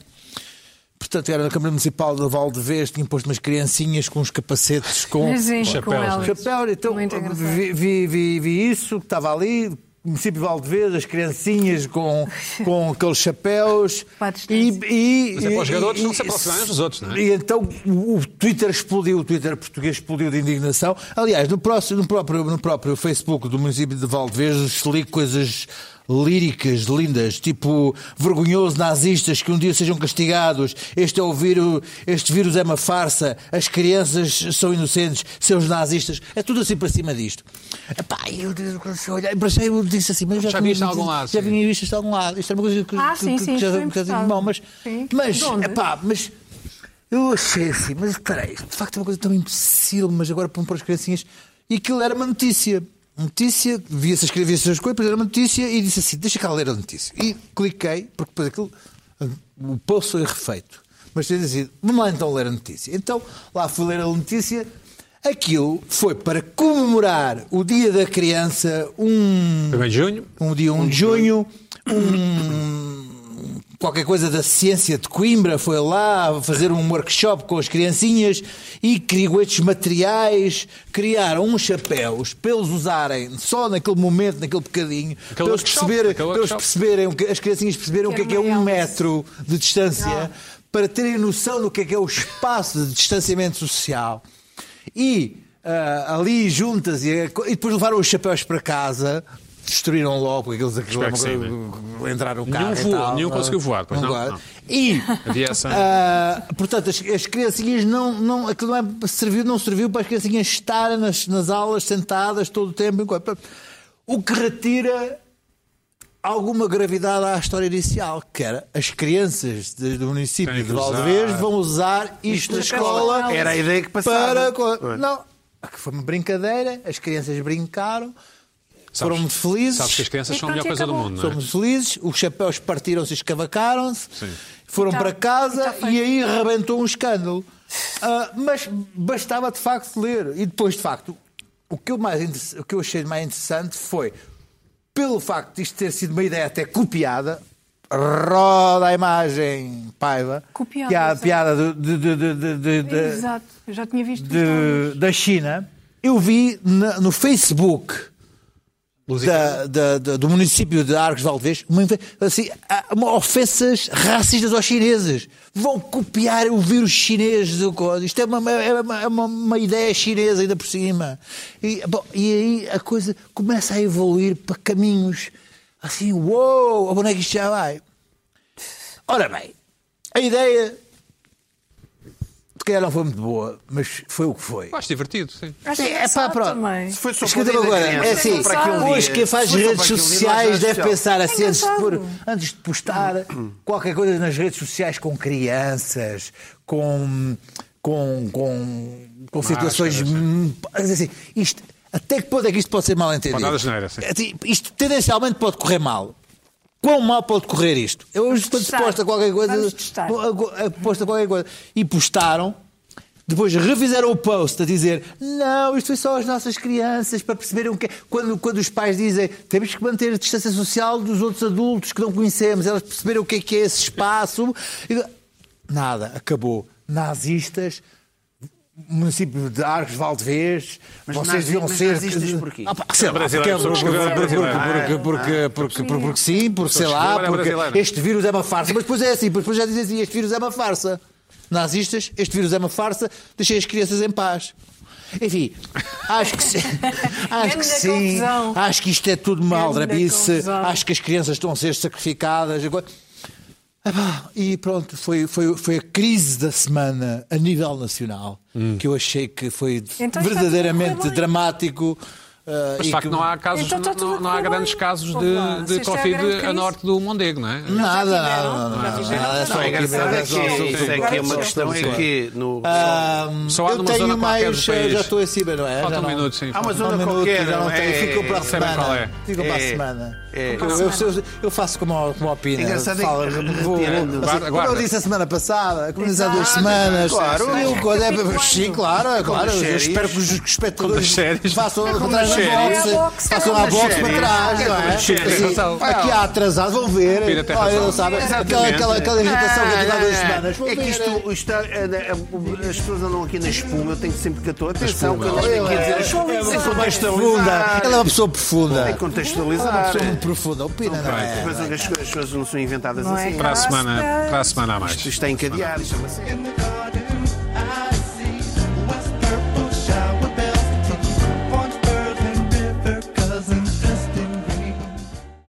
D: Portanto, era na Câmara Municipal da Valdevez, tinha posto umas criancinhas com uns capacetes com
C: Sim, com
A: chapéus,
C: ela.
D: chapéu, então
C: Muito engraçado.
D: vi, vi, vi, vi isso que estava ali, município de Valdevez, as criancinhas com, com aqueles chapéus.
C: Para a distância.
D: E, e,
A: Mas é para os
D: e-
A: garotos não
D: e-
A: se aproximarem dos outros, não é?
D: E então o, o Twitter explodiu, o Twitter português explodiu de indignação. Aliás, no, próximo, no, próprio, no próprio Facebook do município de Valdevez li coisas líricas, lindas, tipo vergonhoso nazistas que um dia sejam castigados, este é o vírus, este vírus é uma farsa, as crianças são inocentes, seus nazistas, é tudo assim para cima disto. Epá, eu, eu, eu disse assim, mas eu já,
A: Já
D: tinha-
A: viste em algum lado,
D: Já
A: sim.
D: tinha visto isto em algum lado. Isto é uma coisa que,
C: Ah,
D: que-
C: sim,
D: que-
C: sim,
D: que já
C: isto foi
D: um bocadinho
C: importado.
D: mal, mas,
C: Sim.
D: mas,
C: De onde?
D: epá, mas eu achei assim, mas espera aí, de facto é uma coisa tão imbecil, mas agora para as criancinhas. E aquilo era uma notícia. Notícia, via-se escrevia essas coisas, depois era uma notícia e disse assim: deixa cá ler a notícia. E cliquei, porque depois aquilo, o post foi refeito. Mas tinha assim: vamos lá então ler a notícia. Então lá fui ler a notícia. Aquilo foi para comemorar o Dia da Criança, um
A: 1 de junho,
D: um dia 1 de junho, um- qualquer coisa da ciência de Coimbra foi lá fazer um workshop com as criancinhas e criou estes materiais, criaram uns chapéus para eles usarem só naquele momento, naquele bocadinho, para eles,
A: workshop,
D: perceberem,
A: aquele
D: para eles
A: workshop.
D: perceberem, o que- as criancinhas perceberam o que é que é um
C: Quero-me
D: metro de distância, para terem noção do que é que é o espaço de distanciamento social. E ah, ali juntas, e, a co- e depois levaram os chapéus para casa destruíram logo, porque eles aquilo,
A: que sim, né?
D: entraram o carro.
A: Nenhum
D: e
A: voou,
D: tal,
A: nenhum
D: não é?
A: conseguiu voar, pois não?
D: voaram.
A: Não.
D: E,
A: Havia essa-
D: ah, portanto, as, as criancinhas não, não, aquilo não é- serviu, não serviu para as criancinhas estarem nas, nas aulas sentadas todo o tempo. enquanto- O que retira alguma gravidade à história inicial, que era as crianças de- do município
A: Têm que
D: de Valdevez
A: usar.
D: vão usar isto na
C: Isto na
D: escola.
C: escola.
B: Era a ideia que
D: Para...
B: passava.
D: co- Não, é que foi uma brincadeira, as crianças brincaram,
A: Sabes-
D: foram muito felizes.
A: Sabes que as crianças
C: E
A: são a
C: pronto,
A: melhor
C: e
A: coisa do
C: acabou.
A: mundo, não é?
D: Somos felizes, os chapéus partiram-se, e escavacaram-se,
A: Sim.
D: foram
C: E tá-
D: para
C: e tá
D: casa
C: feito.
D: e aí rebentou um escândalo. Ah, mas bastava de facto ler. E depois, de facto, o que eu, mais, inter- o que eu achei mais interessante foi, pelo facto de isto ter sido uma ideia até copiada, roda a imagem paiva,
C: Copiada,
D: que há a
C: exato.
D: piada do- de- de- de- de- de- de-
C: Exato, eu já tinha visto isto.
D: de- da China, eu vi na- no Facebook da- da- da- do município de Arcos de Valdevez, uma, infe- assim, há uma ofensas racistas aos chineses. Vão copiar o vírus chinês do código. Isto é uma, é uma- é uma- uma ideia chinesa ainda por cima. E, bom, e aí a coisa começa a evoluir para caminhos assim, uou, onde é que isto já vai? Ora bem, a ideia se calhar não foi muito boa, mas foi o que foi.
A: Eu acho divertido, sim.
C: Acho
D: Sim, é pá,
C: engraçado
D: pronto.
C: também.
B: Se foi só
D: Escuta
B: para o
D: agora,
B: bem da
D: é
B: criança,
D: assim,
B: só para aquele
D: hoje
B: dia.
D: quem faz
B: Se foi só
D: redes
B: para aquele dia,
D: sociais
B: nós já
D: deve pensar assim, antes de, pôr-
C: engraçado.
D: antes de postar qualquer coisa nas redes sociais com crianças, com, com, com, com situações...
A: sim.
D: hum, Assim, isto, até que ponto é que isto pode ser mal entendido?
A: Pode dar asneira, sim.
D: Assim, Isto tendencialmente pode correr mal. Quão mal pode correr isto? Eu hoje estou
C: testar.
D: disposto a qualquer coisa.
C: Vamos testar.
D: Bom, ago- a- posta qualquer coisa. E postaram. Depois refizeram o post a dizer não, isto foi só as nossas crianças para perceberem o que é. Quando, quando os pais dizem temos que manter a distância social dos outros adultos que não conhecemos, elas perceberam o que é que é esse espaço. E- Nada, acabou. Nazistas, município de Arcos, Valdevez,
B: Mas
D: vocês
B: nazi-
D: deviam
B: mas
D: ser...
B: nazistas porquê?
D: Ah, pá, sei lá,
A: Brasileiros,
D: porque-
A: somos
D: porque-
A: brasileiros. Ah, é.
D: porque- porque- porque- porque- porque sim, porque sei lá,
A: Era
D: porque
A: brasileiro.
D: este vírus é uma farsa. Mas depois é assim, mas depois já dizem assim, este vírus é uma farsa. Nazistas, este vírus é uma farsa, deixei as crianças em paz. Enfim, acho que sim. Acho
C: Grande
D: que sim.
C: confusão.
D: Acho que isto é tudo uma
C: Grande
D: aldrabice.
C: confusão.
D: Acho que as crianças estão a ser sacrificadas. Agora- Ah, pá, E pronto, foi, foi, foi a crise da semana a nível nacional
A: Hum.
D: que eu achei que foi
C: Então está tudo a
D: verdadeiramente
C: correr bem.
D: dramático. ah,
A: Mas
D: e
A: de facto
D: que-
A: não há casos,
C: Então está tudo
A: não,
C: a
A: não há
C: correr
A: grandes
C: bem.
A: casos
C: Vamos lá,
A: de, de
C: se isto é a
A: Covid
C: grande
A: a
C: crise.
A: norte do Mondego, não é?
D: Nada,
C: Já tiveram?
D: nada,
C: Já
D: nada,
C: tiveram?
D: nada. É só
B: Não, é
D: aqui,
B: engraçado
D: mas
B: é
D: é só-
B: que isso é que é uma
C: Agora
B: questão
D: só-
B: é que no...
D: Ahm,
A: Só há
D: eu
A: numa
D: tenho
A: zona qualquer
D: mais, eh,
A: do país.
D: já estou em cima, não é?
A: Falta
D: Já
A: um
D: não-
A: minuto, sim.
B: Há uma
A: falta.
B: zona
D: Um minuto,
B: qualquer,
D: já não
B: é-
D: tenho. Ficou para a
A: Sabem qual é.
D: semana. Ficou para a
B: É.
D: semana.
B: É.
D: Eu, eu- eu- eu faço como, a- como a opinião.
B: Engraçado é que- é?
D: Fala,
B: retirando-
D: vou- vou-
B: Guarda,
D: assim, como
A: guarda.
D: eu disse a semana passada, como disse há
C: Exato.
D: duas semanas.
B: Claro.
D: Eu, quando é, sim, claro, é claro.
B: as
D: Eu
B: séries.
D: espero que os os espectadores
A: as séries.
D: façam para trás
A: as
D: na
A: séries.
C: É a
D: boxe.
C: boxe,
D: Façam
C: é
D: a
C: como
D: boxe
B: as
D: para
B: séries.
D: trás,
B: É como
D: não é?
B: as séries.
D: Assim,
A: Razão.
D: Aqui há atrasados, vão ver.
A: Pira tem
D: Olha,
A: razão.
D: não sabem. Aquela,
B: Exatamente.
D: aquela, aquela irritação que eu tive há duas semanas. Vão
B: É que
D: ver.
B: isto, isto está- é, é, é, as pessoas andam aqui na espuma, eu tenho que sempre que estou. Atenção, que eu
D: Ele
B: tenho que dizer
D: é-
B: a espuma.
D: é uma
B: Tem que
D: pessoa
B: contextualizar.
D: profunda. Ela é uma pessoa profunda.
B: Tem que
D: Uma
B: contextualizar.
D: pessoa muito profunda. Opina, não
B: As
D: é?
B: coisas- As coisas não são inventadas
C: Não é?
B: assim.
A: Para a
C: Basta.
A: semana, para a semana há mais.
B: Isto é está encadeado, chama-se.